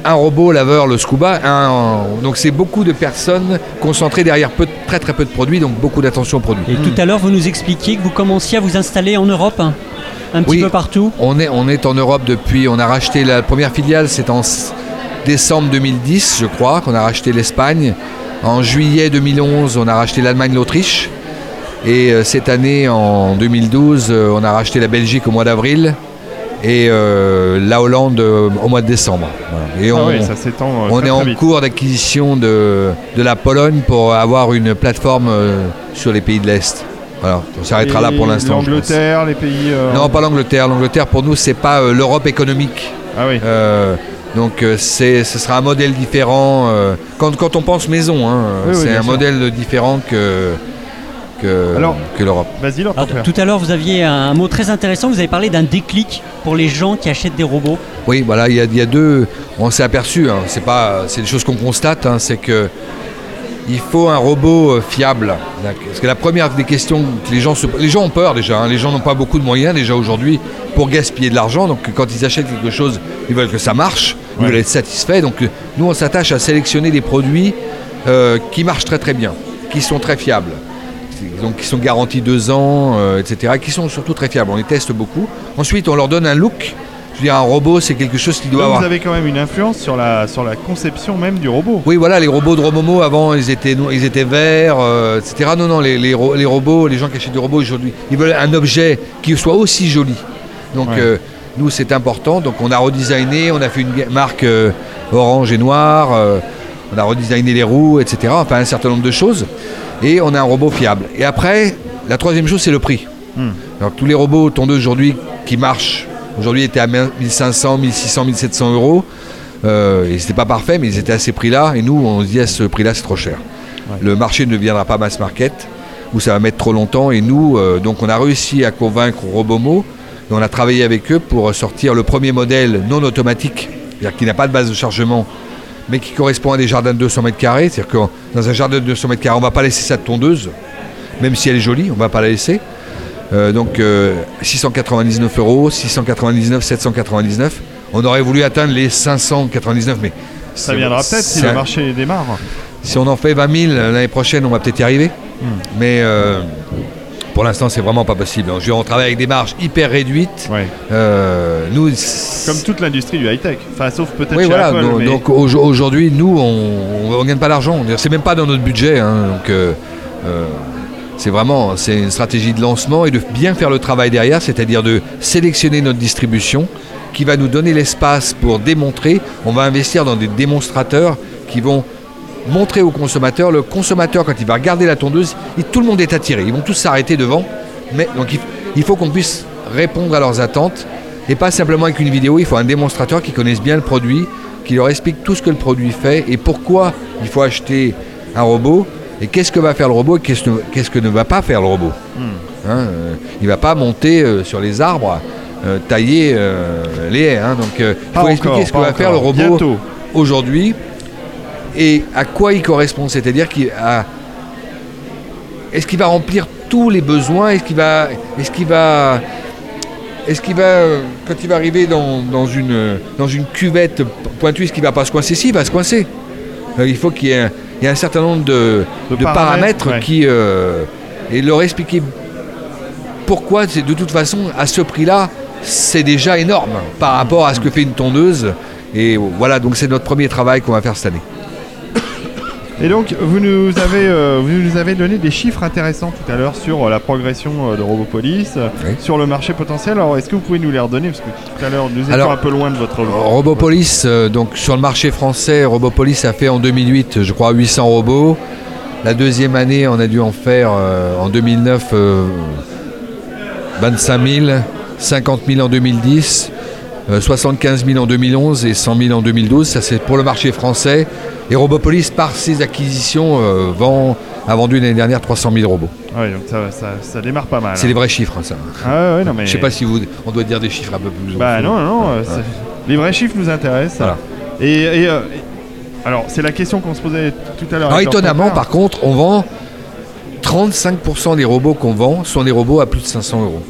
S6: un robot laveur le scuba, un- donc c'est beaucoup de personnes concentrées derrière peu de- très très peu de produits donc beaucoup d'attention aux produits.
S1: Et tout à l'heure, vous nous expliquiez que vous commenciez à vous installer en Europe, hein, un petit
S6: Oui.
S1: peu partout.
S6: On est, on est en Europe depuis, on a racheté la première filiale, c'est en s- décembre 2010, je crois, qu'on a racheté l'Espagne. En juillet 2011, on a racheté l'Allemagne, l'Autriche. Et euh, cette année, en 2012, euh, on a racheté la Belgique au mois d'avril et euh, la Hollande euh, au mois de décembre. Voilà. Et
S2: ah
S6: on,
S2: ouais, ça s'étend euh,
S6: on
S2: très, très
S6: est en
S2: vite.
S6: cours d'acquisition de, de la Pologne pour avoir une plateforme euh, sur les pays de l'Est. Voilà, on s'arrêtera là
S2: Et
S6: pour l'instant. je pense.
S2: L'Angleterre, les pays. euh,
S6: Non, pas l'Angleterre. L'Angleterre, pour nous, c'est pas euh, l'Europe économique.
S2: Ah oui.
S6: Euh, donc, euh, c'est, ce sera un modèle différent. euh, quand, quand on pense maison, hein, euh,
S2: Oui, oui,
S6: c'est
S2: bien
S6: un
S2: sûr.
S6: modèle différent que, que,
S2: Alors-
S6: que l'Europe.
S2: Vas-y, leur
S1: Alors,
S2: confrère.
S1: tout à l'heure, vous aviez un mot très intéressant. Vous avez parlé d'un déclic pour les gens qui achètent des robots.
S6: Oui, voilà, il y, a- il y a deux. On s'est aperçu, hein, c'est pas, c'est des choses qu'on constate, hein, c'est que il faut un robot euh, fiable. Parce que la première des questions que les gens se, les gens ont peur déjà. hein, les gens n'ont pas beaucoup de moyens déjà aujourd'hui pour gaspiller de l'argent. Donc quand ils achètent quelque chose, ils veulent que ça marche, ils veulent être satisfaits. Donc euh, nous, on s'attache à sélectionner des produits euh, qui marchent très très bien, qui sont très fiables. donc, qui sont garantis deux ans, euh, etc., qui sont surtout très fiables. On les teste beaucoup. Ensuite, on leur donne un look. Je veux dire, un robot, c'est quelque chose qui doit
S2: Donc,
S6: avoir.
S2: vous avez quand même une influence sur la, sur la conception même du robot.
S6: Oui, voilà, les robots de Romomo, avant, ils étaient, no- ils étaient verts, euh, etc. Non, non, les, les ro- les robots, les gens qui achètent des robots aujourd'hui, ils veulent un objet qui soit aussi joli. Donc,
S2: Ouais.
S6: euh, nous, c'est important. Donc, on a redesigné, on a fait une ga- marque euh, orange et noire, euh, on a redesigné les roues, etc. Enfin, un certain nombre de choses. Et on a un robot fiable. Et après, la troisième chose, c'est le prix. Alors, tous les robots tondeuses aujourd'hui qui marchent, aujourd'hui étaient à 1500, 1600, 1700 euros. Euh, et c'était pas parfait, mais ils étaient à ces prix-là. Et nous, on se dit à ce prix-là, c'est trop cher. Le marché ne deviendra pas mass market, où ça va mettre trop longtemps. Et nous, euh, donc, on a réussi à convaincre Robomo. Et on a travaillé avec eux pour sortir le premier modèle non automatique, c'est-à-dire qui n'a pas de base de chargement, mais qui correspond à des jardins de 200 mètres carrés. C'est-à-dire que dans un jardin de 200 mètres carrés, on ne va pas laisser ça de tondeuse, même si elle est jolie, on ne va pas la laisser. Euh, donc euh, 699 euros, 699, 799. On aurait voulu atteindre les 599, mais
S2: Ça viendra peut-être si le marché démarre.
S6: si on en fait 20 000 l'année prochaine, on va peut-être y arriver.
S2: Hmm.
S6: Mais euh, pour l'instant, c'est vraiment pas possible. Je veux dire, On travaille avec des marges hyper réduites.
S2: Ouais.
S6: Euh, nous,
S2: Comme toute l'industrie du high-tech. Enfin, sauf peut-être
S6: oui,
S2: chez
S6: voilà.
S2: Apple,
S6: donc
S2: mais
S6: donc, au- aujourd'hui, nous, on on gagne pas d'argent. On- C'est même pas dans notre budget. hein. donc, euh, euh, c'est vraiment c'est une stratégie de lancement et de bien faire le travail derrière, c'est-à-dire de sélectionner notre distribution qui va nous donner l'espace pour démontrer. On va investir dans des démonstrateurs qui vont montrer au consommateur. Le consommateur, quand il va regarder la tondeuse, il- tout le monde est attiré. Ils vont tous s'arrêter devant. Mais, donc il, il faut qu'on puisse répondre à leurs attentes et pas simplement avec une vidéo. Il faut un démonstrateur qui connaisse bien le produit, qui leur explique tout ce que le produit fait et pourquoi il faut acheter un robot et qu'est-ce que va faire le robot et qu'est-ce ne- qu'est-ce que ne va pas faire le robot.
S2: Hmm.
S6: Hein, euh, il ne va pas monter euh, sur les arbres, euh, tailler euh, les haies. hein. donc euh, il
S2: Pas
S6: faut
S2: encore,
S6: expliquer ce que
S2: pas
S6: va faire le
S2: encore.
S6: robot
S2: Bientôt.
S6: aujourd'hui et à quoi il correspond, c'est-à-dire qu'il a- est-ce qu'il va remplir tous les besoins, est-ce qu'il va, est-ce qu'il va, est-ce qu'il va, euh, quand il va arriver dans, dans une euh, dans une cuvette pointue, est-ce qu'il va pas se coincer Si, il va se coincer. Euh, Il faut qu'il y ait un, il y a un certain nombre de,
S2: De
S6: de
S2: paramètres,
S6: paramètres,
S2: ouais.
S6: qui euh, et leur expliquer pourquoi c'est de toute façon à ce prix-là, c'est déjà énorme par rapport à ce que fait une tondeuse. Et voilà, donc c'est notre premier travail qu'on va faire cette année.
S2: Et donc, vous nous, avez, euh, vous nous avez donné des chiffres intéressants tout à l'heure sur euh, la progression euh, de Robopolis, euh,
S6: Oui.
S2: sur le marché potentiel. Alors, est-ce que vous pouvez nous les redonner Parce que tout à l'heure, nous étions
S6: Alors,
S2: un peu loin de votre.
S6: Robopolis, euh, donc sur le marché français, Robopolis a fait en 2008, je crois, 800 robots. La deuxième année, on a dû en faire euh, en 2009 euh, 25 000, 50 000 en 2010, euh, 75 000 en 2011 et 100 000 en 2012. Ça, c'est pour le marché français. Et Robopolis, par ses acquisitions, euh, vend- a vendu l'année dernière 300 000 robots.
S2: Ouais, donc ça, ça, ça démarre pas mal.
S6: C'est
S2: hein.
S6: les vrais chiffres, hein, ça.
S2: Ah ouais, non, mais...
S6: Je sais pas si vous, on doit dire des chiffres un peu plus.
S2: Bah non, non, euh,
S6: Ouais.
S2: c'est- les vrais chiffres nous intéressent.
S6: Voilà.
S2: Et, et, euh, et- alors, c'est la question qu'on se posait tout à l'heure.
S6: Alors,
S2: avec leur
S6: étonnamment,
S2: compère.
S6: par contre, on vend 35% des robots qu'on vend sont des robots à plus de 500 euros.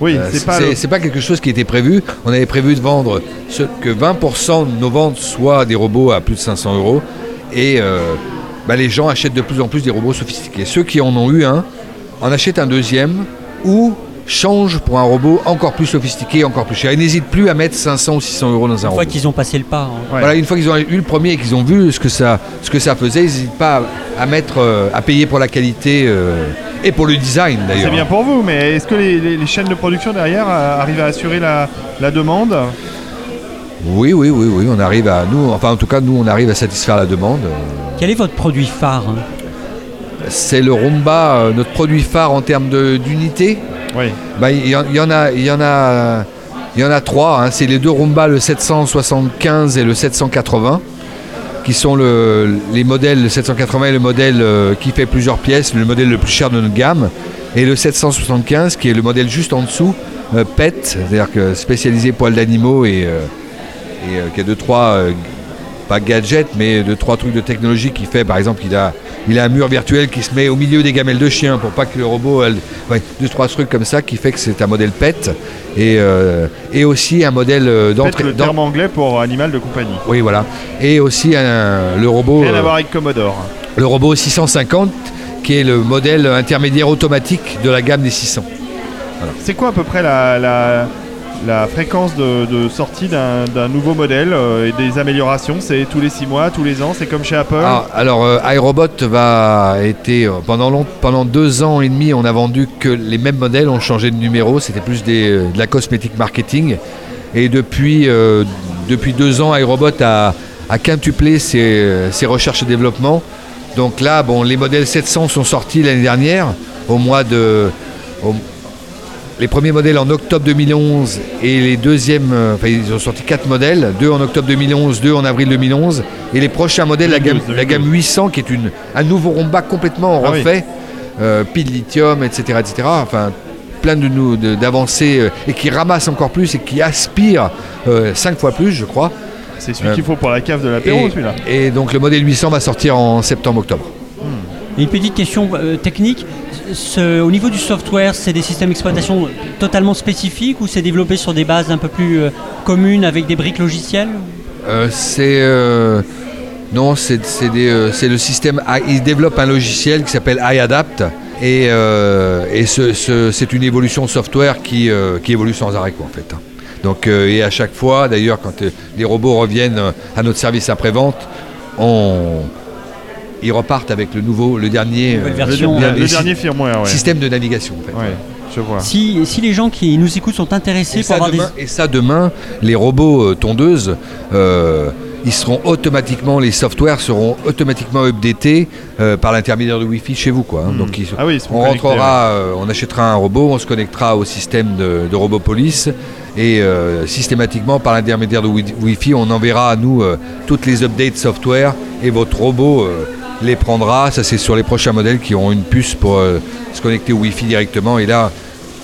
S2: Oui,
S6: Euh,
S2: c'est pas.
S6: c'est-
S2: le-
S6: c'est pas quelque chose qui était prévu. On avait prévu de vendre ce, que 20% de nos ventes soient des robots à plus de 500 euros. Et euh, bah, les gens achètent de plus en plus des robots sophistiqués. Ceux qui en ont eu un en achètent un deuxième ou changent pour un robot encore plus sophistiqué, encore plus cher. Ils n'hésitent plus à mettre 500 ou 600 euros dans un
S1: Une
S6: robot.
S1: fois qu'ils ont passé le pas. hein.
S2: Ouais.
S6: Voilà, une fois qu'ils ont eu le premier et qu'ils ont vu ce que ça, ce que ça faisait, ils n'hésitent pas à, à mettre, euh, à payer pour la qualité euh, et pour le design
S2: C'est
S6: d'ailleurs.
S2: bien pour vous, mais est-ce que les, les- les chaînes de production derrière euh, arrivent à assurer la, la demande
S6: Oui, oui, oui, oui, on arrive à nous, enfin en tout cas nous on arrive à satisfaire la demande.
S1: Quel est votre produit phare hein
S6: C'est le Roomba, euh, notre produit phare en termes de- d'unité.
S2: Oui.
S6: Bah, Il y, en- il y en a, il y en a, il y en a trois. hein. C'est les deux Roomba, le 775 et le 780, qui sont le- les modèles. Le 780 est le modèle euh, qui fait plusieurs pièces, le modèle le plus cher de notre gamme, et le 775 qui est le modèle juste en dessous, euh, pet, c'est-à-dire que spécialisé poils d'animaux et, euh, et, euh, qui a deux trois euh, pas gadgets, mais deux trois trucs de technologie qui fait, par exemple, il a, il a un mur virtuel qui se met au milieu des gamelles de chiens pour pas que le robot, elle, ouais, deux trois trucs comme ça qui fait que c'est un modèle PET et, euh, et aussi un modèle euh,
S2: Peut-être
S6: d'entrée.
S2: le
S6: d'en-
S2: terme anglais pour animal de compagnie.
S6: Oui, voilà. Et aussi un- le robot,
S2: Rien
S6: euh,
S2: à voir avec Commodore.
S6: le robot 650 qui est le modèle intermédiaire automatique de la gamme des 600.
S2: C'est quoi à peu près la, la, la fréquence de, de sortie d'un d'un nouveau modèle euh, et des améliorations C'est tous les 6 mois, tous les ans C'est comme chez Apple
S6: Ah, alors, euh, iRobot va été euh, pendant long- pendant deux ans et demi, on a vendu que les mêmes modèles, on changeait de numéro, c'était plus des, euh, de la cosmétique marketing. Et depuis euh, depuis deux ans, iRobot a, a quintuplé ses, euh, ses recherches et développements. Donc là, bon, les modèles 700 sont sortis l'année dernière, au mois de au- les premiers modèles en octobre 2011 et les deuxièmes, euh, enfin ils ont sorti quatre modèles, deux en octobre 2011, deux en avril 2011 et les prochains modèles, la gamme,
S2: 2012,
S6: la gamme 800 qui est une, un nouveau Romba complètement
S2: Ah oui.
S6: refait, euh, pile lithium, etc., etc. Enfin plein de nou- de- d'avancées euh, et qui ramasse encore plus et qui aspire euh, cinq fois plus, je crois.
S2: C'est celui
S6: euh,
S2: qu'il faut pour la cave de l'apéro,
S6: Et,
S2: celui-là.
S6: et donc le modèle 800 va sortir en septembre-octobre.
S1: Une petite question euh, technique. Ce- au niveau du software, c'est des systèmes d'exploitation totalement spécifiques ou c'est développé sur des bases un peu plus euh, communes avec des briques logicielles
S6: Euh, c'est euh, non, c'est c'est des, euh, c'est le système. I- Ils développent un logiciel qui s'appelle iAdapt et, euh, et ce- ce- c'est une évolution software qui, euh, qui évolue sans arrêt quoi en fait. Donc euh, et à chaque fois, d'ailleurs, quand euh, les robots reviennent euh, à notre service après vente, on ils repartent avec le nouveau, le dernier,
S1: Nouvelle
S2: Le,
S1: version,
S6: le
S2: le-
S1: euh,
S2: le
S6: dernier sy-
S2: dernier firmware, ouais.
S6: système de navigation. En fait.
S2: Ouais, je vois.
S1: si, si les gens qui nous écoutent sont intéressés
S6: Et
S1: pour
S6: ça,
S1: avoir
S6: demain, et ça, demain, les robots euh, tondeuses, euh, ils seront automatiquement, les softwares seront automatiquement updatés euh, par l'intermédiaire de Wi-Fi chez vous. Quoi, hein. Donc, ils-
S2: Ah oui, ils seront
S6: on
S2: connectés,
S6: rentrera, euh, on achètera un robot, on se connectera au système de, de Robopolis et euh, systématiquement, par l'intermédiaire de Wi- Wi-Fi, on enverra à nous euh, toutes les updates software et votre robot. euh, les prendra, ça c'est sur les prochains modèles qui auront une puce pour euh, se connecter au Wi-Fi directement et là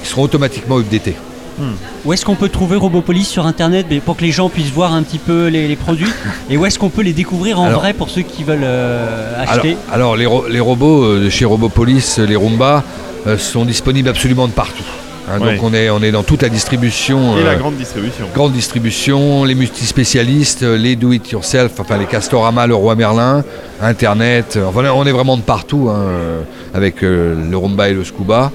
S6: ils seront automatiquement updatés.
S1: des... Où est-ce qu'on peut trouver Robopolis sur Internet mais pour que les gens puissent voir un petit peu les, les
S2: (laughs)
S1: produits Et où est-ce qu'on peut les découvrir en
S6: Alors-
S1: vrai pour ceux qui veulent euh,
S6: Alors,
S1: acheter
S6: alors, les, ro- les robots euh, de chez Robopolis, euh, les Roomba, euh, sont disponibles absolument de partout. hein.
S2: Ouais.
S6: Donc on est, on est dans toute la distribution.
S2: Et
S6: euh,
S2: la grande distribution.
S6: Grande distribution, les multispécialistes, euh, les do-it-yourself, enfin les Castorama, le Roi Merlin, Internet, euh, enfin là, on est vraiment de partout hein, euh, avec euh, le Roomba et le Scuba.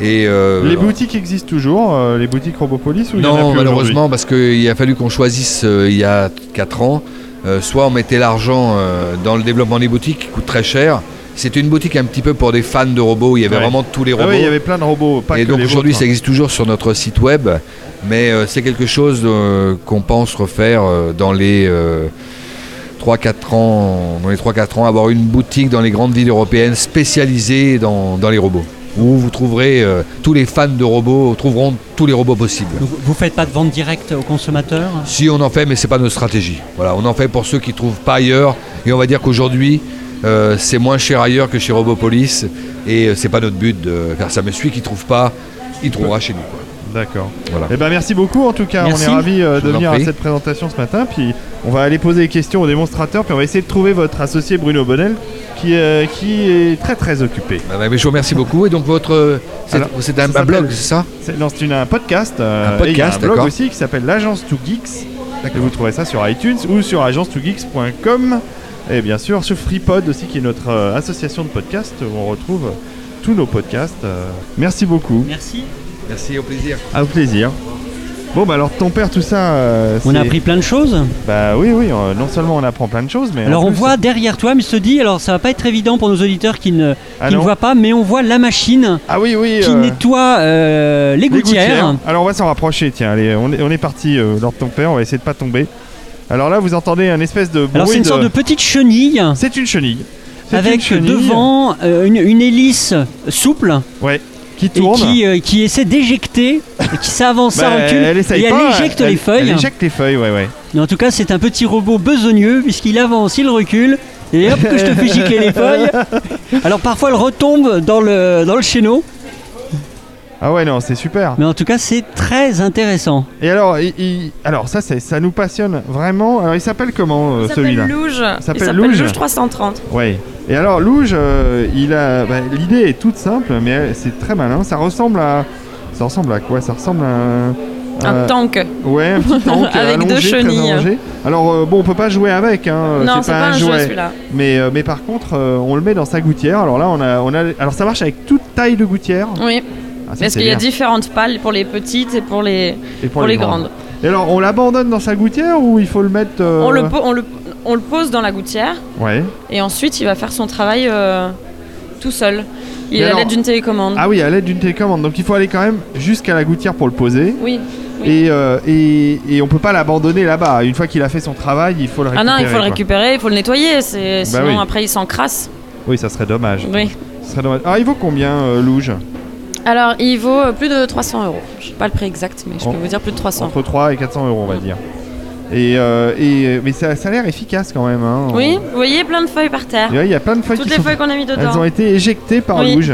S6: Et, euh,
S2: Les boutiques existent toujours, euh, les boutiques Robopolis ou il y en a
S6: non,
S2: plus
S6: malheureusement, parce qu'il a fallu qu'on choisisse euh, il y a 4 ans. euh, soit on mettait l'argent euh, dans le développement des boutiques qui coûte très cher. C'était une boutique un petit peu pour des fans de robots. Il y avait
S2: Ouais.
S6: vraiment tous les
S2: aujourd'hui
S6: robots.
S2: Ah oui, il y avait plein de robots, pas
S6: Et
S2: que
S6: donc
S2: les
S6: aujourd'hui,
S2: vôtres, hein.
S6: ça existe toujours sur notre site web, mais euh, c'est quelque chose euh, qu'on pense refaire euh, dans les 3-4 ans, dans les 3-4 ans, avoir une boutique dans les grandes villes européennes spécialisée dans, dans les robots, où vous trouverez euh, tous les fans de robots trouveront tous les robots possibles.
S1: Donc, Vous faites pas de vente directe aux consommateurs
S6: Si on en fait, mais c'est pas notre stratégie. Voilà, on en fait pour ceux qui trouvent pas ailleurs. Et on va dire qu'aujourd'hui, euh, c'est moins cher ailleurs que chez Robopolis. Et euh, c'est pas notre but de faire ça. Mais celui qui trouve pas, il trouvera chez nous. quoi.
S2: D'accord.
S6: Voilà.
S2: Eh ben merci beaucoup en tout cas,
S1: Merci.
S2: on est ravis euh,
S6: Je
S2: de
S6: vous en
S2: venir à
S6: prie.
S2: cette présentation ce matin. Puis on va aller poser des questions aux démonstrateurs, puis on va essayer de trouver votre associé Bruno Bonnel qui, euh, qui est très très occupé.
S6: Bah, bah, mais je vous remercie beaucoup. Et donc votre, euh, c'est-
S2: Alors,
S6: c'est un,
S2: ça
S6: un blog,
S2: s'appelle-
S6: c'est ça
S2: C'est non, c'est une- un podcast, euh,
S6: Un podcast,
S2: et il y a un blog
S6: d'accord.
S2: aussi qui s'appelle l'agence 2 geeks. Et vous trouvez ça sur iTunes ou sur agence2geeks.com et bien sûr sur FreePod aussi qui est notre euh, association de podcasts où on retrouve tous nos podcasts. euh. merci beaucoup.
S1: Merci.
S6: Merci, au plaisir.
S2: Au plaisir. Bon bah alors ton père tout ça euh,
S1: On a
S2: c'est-
S1: appris plein de choses.
S2: Bah oui oui, euh, non seulement on apprend plein de choses mais en
S1: Alors on
S2: plus,
S1: voit derrière toi, mais se dit, alors ça va pas être évident pour nos auditeurs qui ne,
S2: Ah
S1: qui ne
S2: non.
S1: voient pas, mais on voit la machine
S2: Ah oui oui,
S1: qui
S2: euh,
S1: nettoie euh, les,
S2: les
S1: gouttières.
S2: gouttières. Alors on va s'en rapprocher tiens, allez, on est, on est parti euh, Lord ton père, on va essayer de pas tomber. Alors là vous entendez un espèce de bruit
S1: Alors c'est une
S2: de-
S1: sorte de petite chenille
S2: C'est une chenille. C'est une
S1: avec
S2: chenille
S1: devant euh, une, une hélice souple
S2: Ouais. Qui
S1: et
S2: tourne.
S1: qui, euh, qui essaie d'éjecter, et qui s'avance,
S2: Bah,
S1: s'encule
S2: elle essaye
S1: et elle
S2: pas,
S1: éjecte
S2: elle-
S1: les feuilles.
S2: Elle éjecte les feuilles, ouais, ouais.
S1: Mais en tout cas c'est un petit robot besogneux puisqu'il avance, il recule. Et hop que je te fais gicler
S2: (laughs)
S1: les feuilles. Alors parfois elle retombe dans le, dans le chéneau.
S2: Ah ouais, non, c'est super.
S1: Mais en tout cas c'est très intéressant.
S2: Et alors, il- il- alors ça, c'est- ça nous passionne vraiment. Alors, il s'appelle comment euh,
S4: Il s'appelle
S2: celui-là
S4: Louge. Il
S2: s'appelle
S4: s'appelle
S2: Louge.
S4: Louge. 330.
S2: Ouais. Et alors, Louge, euh, il a. bah, L'idée est toute simple, mais elle- c'est très malin. Ça ressemble à. Ça ressemble à quoi Ça ressemble à. un-
S4: Un
S2: Euh,
S4: tank.
S2: Ouais, un petit
S4: (laughs)
S2: tank euh,
S4: Avec
S2: allongé,
S4: deux
S2: très
S4: chenilles.
S2: allongé. Alors euh, bon, on peut pas jouer avec, hein.
S4: non, c'est pas, un jeu celui-là.
S2: Mais, euh, mais par contre, euh, on le met dans sa gouttière. Alors là, on a, on a, alors ça marche avec toute taille de gouttière.
S4: Oui,
S2: Ah, ça,
S4: parce
S2: c'est
S4: Mm. qu'il y a
S2: bien.
S4: différentes pales pour les petites et pour les, pour
S2: Et
S4: les grandes.
S2: Et alors, on l'abandonne dans sa gouttière ou il faut le mettre euh,
S4: On, le, po- on, le, on le pose dans la gouttière
S2: Ouais.
S4: et ensuite il va faire son travail euh, tout seul. Il
S2: Mais
S4: a
S2: alors-
S4: l'aide d'une télécommande.
S2: Ah oui, à l'aide d'une télécommande. Donc il faut aller quand même jusqu'à la gouttière pour le poser.
S4: oui. Oui.
S2: Et, euh, et, et on peut pas l'abandonner là-bas. Une fois qu'il a fait son travail, il faut le
S4: Ah
S2: récupérer.
S4: non, il faut le
S2: quoi. Bah
S4: récupérer, il faut le nettoyer, c'est- sinon
S2: oui.
S4: après il s'encrasse.
S2: Oui, ça serait dommage.
S4: Oui.
S2: Ça serait dommage. Ah, il vaut combien, euh, Louge
S4: Alors il vaut euh, plus de 300 euros. Je sais pas le prix exact, mais je
S2: Oh.
S4: peux vous dire plus de 300.
S2: Entre 3 et 400 euros, on va dire. Et, euh, et, mais ça, ça a l'air efficace quand même. hein.
S4: Oui, vous voyez plein de feuilles par terre.
S2: Et là, Il y a plein de feuilles
S4: Toutes
S2: qui
S4: les
S2: sont-
S4: feuilles qu'on a mis
S2: Elles
S4: dedans.
S2: ont été éjectées par
S4: Oui.
S2: Louge.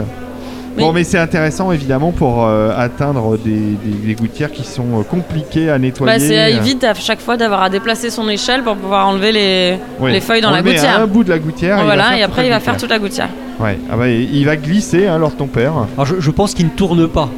S2: Bon,
S4: Oui.
S2: mais c'est intéressant évidemment pour euh, atteindre des, des- des gouttières qui sont euh, compliquées à nettoyer.
S4: Bah, c'est euh, évite à chaque fois d'avoir à déplacer son échelle pour pouvoir enlever les,
S2: Ouais.
S4: les feuilles dans
S2: On
S4: la
S2: le met
S4: gouttière.
S2: À un bout de la gouttière. Ah, il va
S4: voilà,
S2: faire
S4: et
S2: toute
S4: après
S2: la
S4: il va
S2: gouttière.
S4: faire toute la gouttière.
S2: Ouais. Ah bah, il va glisser hein, lors de ton père.
S1: Alors je, je pense qu'il ne tourne pas.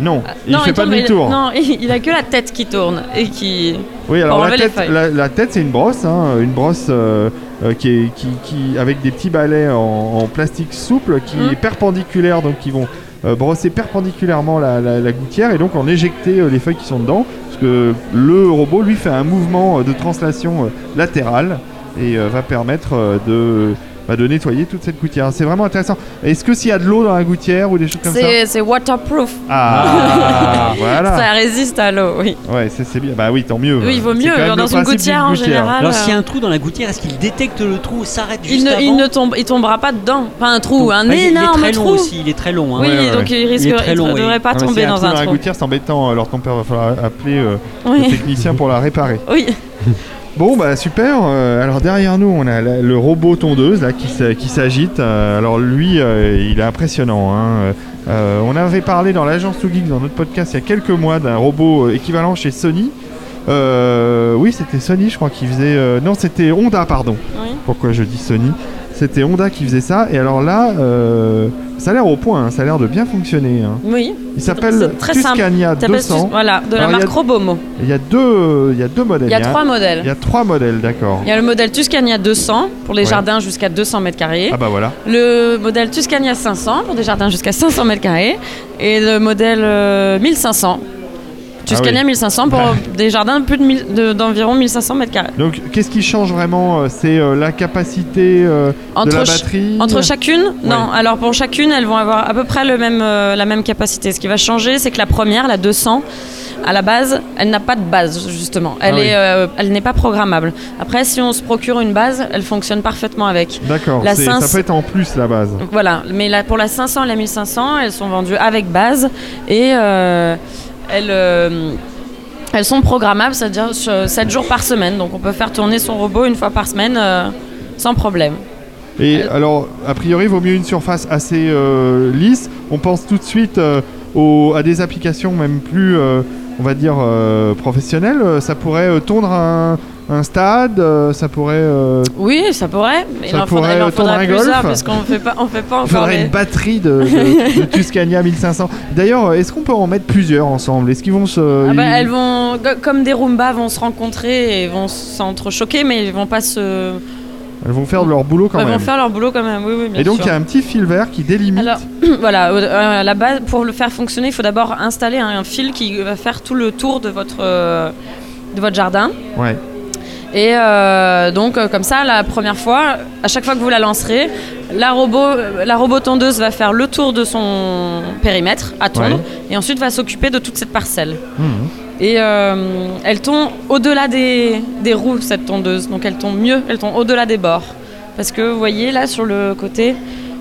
S2: Non, il fait pas
S4: tourne, mais
S2: demi-tour.
S4: Ah, Non, il a que la tête qui tourne et qui.
S2: Oui, alors
S4: Pour
S2: la
S4: enlever les
S2: tête,
S4: feuilles.
S2: la, la tête, c'est une brosse, hein, une brosse euh, euh, qui est qui, qui- avec des petits balais en, en plastique souple qui
S4: Mhm.
S2: est perpendiculaire, donc qui vont euh, brosser perpendiculairement la, la- la gouttière et donc en éjecter euh, les feuilles qui sont dedans, parce que le robot lui fait un mouvement euh, de translation euh, latérale et euh, va permettre euh, de bah, de nettoyer toute cette gouttière. C'est vraiment intéressant. Est-ce que s'il y a de l'eau dans la gouttière ou des choses comme ça
S4: C'est c'est waterproof. (laughs)
S2: Ah, voilà.
S4: Ça résiste à l'eau, oui.
S2: Ouais, c'est c'est bien. Bah oui, tant mieux.
S4: Oui, il vaut
S2: C'est
S4: mieux.
S2: quand même
S4: Dans
S2: le
S4: une
S2: principe d'une
S4: gouttière, en général.
S1: Alors
S4: euh,
S1: s'il y a un trou dans la gouttière, est-ce qu'il détecte le trou, s'arrête juste
S4: il, ne,
S1: avant
S4: il ne tombe, il tombera pas dedans. Pas un trou,
S1: Ah,
S4: un
S1: il-
S4: énorme
S1: Il est très
S4: trou.
S1: long aussi, il est très long. hein.
S4: Oui,
S2: Ouais, ouais,
S4: donc il risque,
S1: Il est très
S4: il
S1: long,
S4: ne
S1: oui.
S4: devrait pas
S2: Ah, mais s'il y
S4: tomber
S2: a
S4: dans
S2: trou
S4: un
S2: dans la
S4: trou.
S2: gouttière, c'est embêtant. Alors ton père va falloir appeler euh, le
S4: Oui,
S2: technicien pour la réparer.
S4: oui.
S2: Bon, bah super. euh, alors derrière nous, on a la- le robot tondeuse là qui, s'a- qui s'agite. Euh, alors lui, euh, il est impressionnant. hein. Euh, on avait parlé dans l'agence Too Geeks, dans notre podcast, il y a quelques mois, d'un robot euh, équivalent chez Sony. Euh, oui, c'était Sony, je crois, qui faisait. euh, non, c'était Honda, pardon.
S4: Oui.
S2: Pourquoi je dis Sony C'était Honda qui faisait ça. Et alors là, euh, ça a l'air au point. hein, ça a l'air de bien fonctionner. hein.
S4: oui.
S2: Il s'appelle
S4: C'est très simple.
S2: Tuscania
S4: Ça passe
S2: 200.
S4: juste- Voilà, de
S2: Alors, il y
S4: la
S2: a- Eh
S4: marque Robomo.
S2: Il y a deux, il y a deux modèles.
S4: Il y a
S2: un-
S4: trois modèles.
S2: Il y a trois modèles, d'accord.
S4: Il y a le modèle Tuscania 200 pour les
S2: Ouais.
S4: jardins jusqu'à 200 mètres carrés.
S2: Ah bah voilà.
S4: Le modèle Tuscania 500 pour des jardins jusqu'à 500 mètres carrés. Et le modèle euh, 1500. Tuscania
S2: Ah
S4: 1500 pour
S2: Bah.
S4: des jardins de plus de mille- de- d'environ 1500 mètres carrés.
S2: Donc qu'est-ce qui change vraiment euh, C'est euh, la capacité euh, de la
S4: Entre, ch-
S2: batterie. euh,
S4: entre chacune Non, alors pour chacune, elles vont avoir à peu près le même, euh, la même capacité. Ce qui va changer, c'est que la première, la 200, à la base, elle n'a pas de base, justement. Elle
S2: Ah oui.
S4: est, euh, elle n'est pas programmable. Après, si on se procure une base, elle fonctionne parfaitement avec.
S2: D'accord.
S4: la
S2: c'est-
S4: cinq-
S2: Ça peut être en plus la base.
S4: Donc voilà, mais là, pour la 500 et la 1500, elles sont vendues avec base et euh, elles, euh, elles sont programmables, c'est-à-dire 7 jours par semaine. Donc on peut faire tourner son robot une fois par semaine euh, sans problème.
S2: Et alors, a priori, vaut mieux une surface assez euh, lisse. On pense tout de suite euh, au- à des applications même plus, euh, on va dire, euh, professionnelles. Euh, Ça pourrait euh, tondre un, un stade. euh, ça pourrait. euh,
S4: Oui, ça pourrait, mais
S2: Ça
S4: il en faudrait,
S2: pourrait,
S4: il en
S2: euh,
S4: faudrait
S2: tendre un golf.
S4: plusieurs parce qu'on ne fait pas on fait pas
S2: Il
S4: encore.
S2: faudrait
S4: les-
S2: une batterie de, de-
S4: (laughs)
S2: de Tuscania 1500. D'ailleurs, euh, est-ce qu'on peut en mettre plusieurs ensemble Est-ce qu'ils vont se.
S4: Ah bah,
S2: ils-
S4: elles vont, go- comme des Roomba, vont se rencontrer et vont s'entrechoquer, mais ils vont pas se.
S2: elles vont faire de leur boulot quand
S4: elles
S2: même.
S4: vont faire leur boulot quand même. Oui, oui, bien
S2: Et donc, il
S4: sûr.
S2: y a un petit fil vert qui délimite.
S4: Alors, (clears throat) voilà, euh, à la base, pour le faire fonctionner, il faut d'abord installer un, un fil qui va faire tout le tour de votre, euh, de votre jardin.
S2: Ouais.
S4: Et euh, donc, euh, comme ça, la première fois, à chaque fois que vous la lancerez, la robot, la robot tondeuse va faire le tour de son périmètre à tondre
S2: Ouais.
S4: et ensuite va s'occuper de toute cette parcelle.
S2: Mhm.
S4: Et euh, elle tombe au-delà des, des roues, cette tondeuse. Donc elle tombe mieux, elle tombe au-delà des bords. Parce que vous voyez là sur le côté,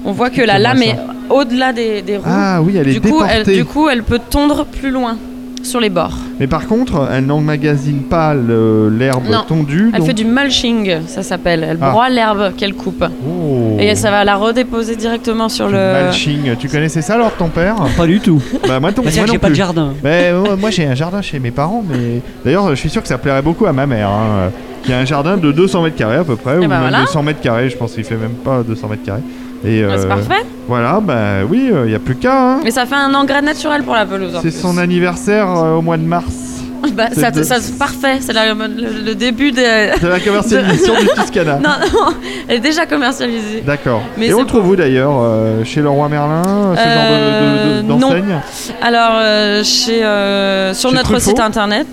S4: on voit que la
S2: Explique-moi
S4: lame est au-delà des, des roues.
S2: Ah oui, elle est
S4: du, coup,
S2: déportée.
S4: elle, du coup, elle peut tondre plus loin sur les bords.
S2: Mais par contre, elle n'emmagasine pas le- l'herbe
S4: Non.
S2: tondue.
S4: Elle
S2: donc-
S4: fait du mulching, ça s'appelle. Elle
S2: Ah.
S4: broie l'herbe qu'elle coupe.
S2: Oh.
S4: Et ça va la redéposer directement sur
S2: Du
S4: le.
S2: mulching. Tu connaissais ça alors ton
S4: (laughs)
S2: père
S1: Pas du tout.
S2: Bah moi, ton,
S1: Parce
S2: moi
S1: que
S2: non
S1: j'ai pas de
S2: plus.
S1: jardin.
S2: Mais, euh, moi, moi, j'ai un jardin chez mes parents, mais d'ailleurs je suis sûr que ça plairait beaucoup à ma mère, hein, euh, qui a un jardin de 200 mètres carrés à peu près, ou
S4: ben
S2: même
S4: voilà.
S2: 200 mètres carrés, je pense qu'il fait même pas 200 mètres carrés. Et
S4: Ouais,
S2: euh,
S4: c'est parfait.
S2: voilà, bah oui, il n'y a plus qu'à. hein.
S4: Mais ça fait un engrais naturel pour la pelouse.
S3: (laughs)
S4: en
S2: C'est
S4: plus.
S2: son anniversaire euh, au mois de mars.
S3: Bah,
S2: C'est
S3: ça,
S2: de-
S3: ça- c'est parfait, c'est la- le, le début des. (laughs)
S2: C'est la
S4: (laughs)
S2: commercialisation du Tuscana.
S3: Non, non, elle est déjà commercialisée.
S2: D'accord.
S3: Mais
S2: Et on
S3: c'est
S2: le trouve où d'ailleurs euh, Chez Leroy Merlin Ce
S3: Euh,
S2: genre de- de- de-
S3: non.
S2: d'enseigne
S3: Alors, euh, chez, euh, sur
S2: Chez
S3: notre
S2: Truffaut
S3: site internet,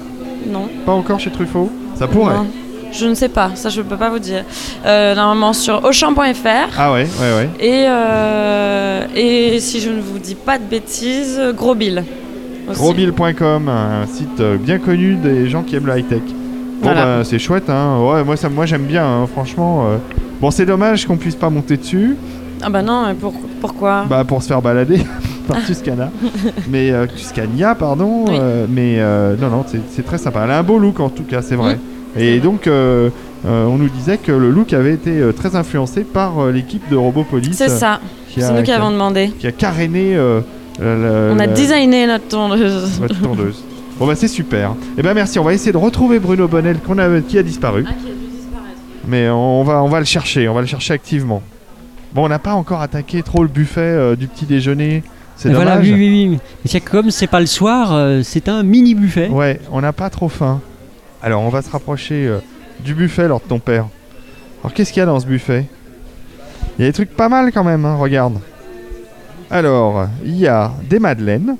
S3: non.
S2: Pas encore chez Truffaut Ça pourrait.
S3: Non. Je ne sais pas, ça je ne peux pas vous dire. Euh, normalement sur auchan.fr
S2: Ah ouais, ouais, ouais.
S3: et, euh, et si je ne vous dis pas de bêtises, Grosbill. aussi.
S2: Grobil.com, un site euh, bien connu des gens qui aiment la high-tech. Bon,
S3: Voilà.
S2: bah, c'est chouette, hein. Ouais, moi, ça, moi j'aime bien, hein, franchement. euh. Bon, c'est dommage qu'on puisse pas monter dessus,
S3: Ah bah non, mais pour- pourquoi
S2: bah, pour se faire balader (laughs) par Tuscana. mais euh, Tuscania, pardon.
S3: Oui.
S2: euh, mais euh, non, non, c'est- c'est très sympa. Elle a un beau look, en tout cas, c'est vrai. Et donc, euh, euh, on nous disait que le look avait été euh, très influencé par euh, l'équipe de Robopolis. euh,
S3: C'est ça,
S2: Qui
S3: c'est
S2: a,
S3: nous
S2: qui
S3: qui
S2: a-
S3: avons demandé.
S2: qui a caréné euh, la- la-
S3: On a
S2: la-
S3: designé notre tondeuse.
S2: votre tondeuse. Bon bah c'est super. Et ben merci, on va essayer de retrouver Bruno Bonnel qu'on a, euh, Ah, qui a disparu. Mais on va, on va le chercher, on va le chercher activement. Bon, on n'a pas encore attaqué trop le buffet euh, du petit déjeuner. C'est
S1: Voilà,
S2: dommage.
S1: oui, oui, oui. Mais c'est que comme c'est pas le soir, euh, c'est un mini buffet.
S2: Ouais, on n'a pas trop faim. Alors on va se rapprocher euh, du buffet alors de ton père. Alors qu'est-ce qu'il y a dans ce buffet Il y a des trucs pas mal quand même, hein, regarde. Alors, il y a des madeleines,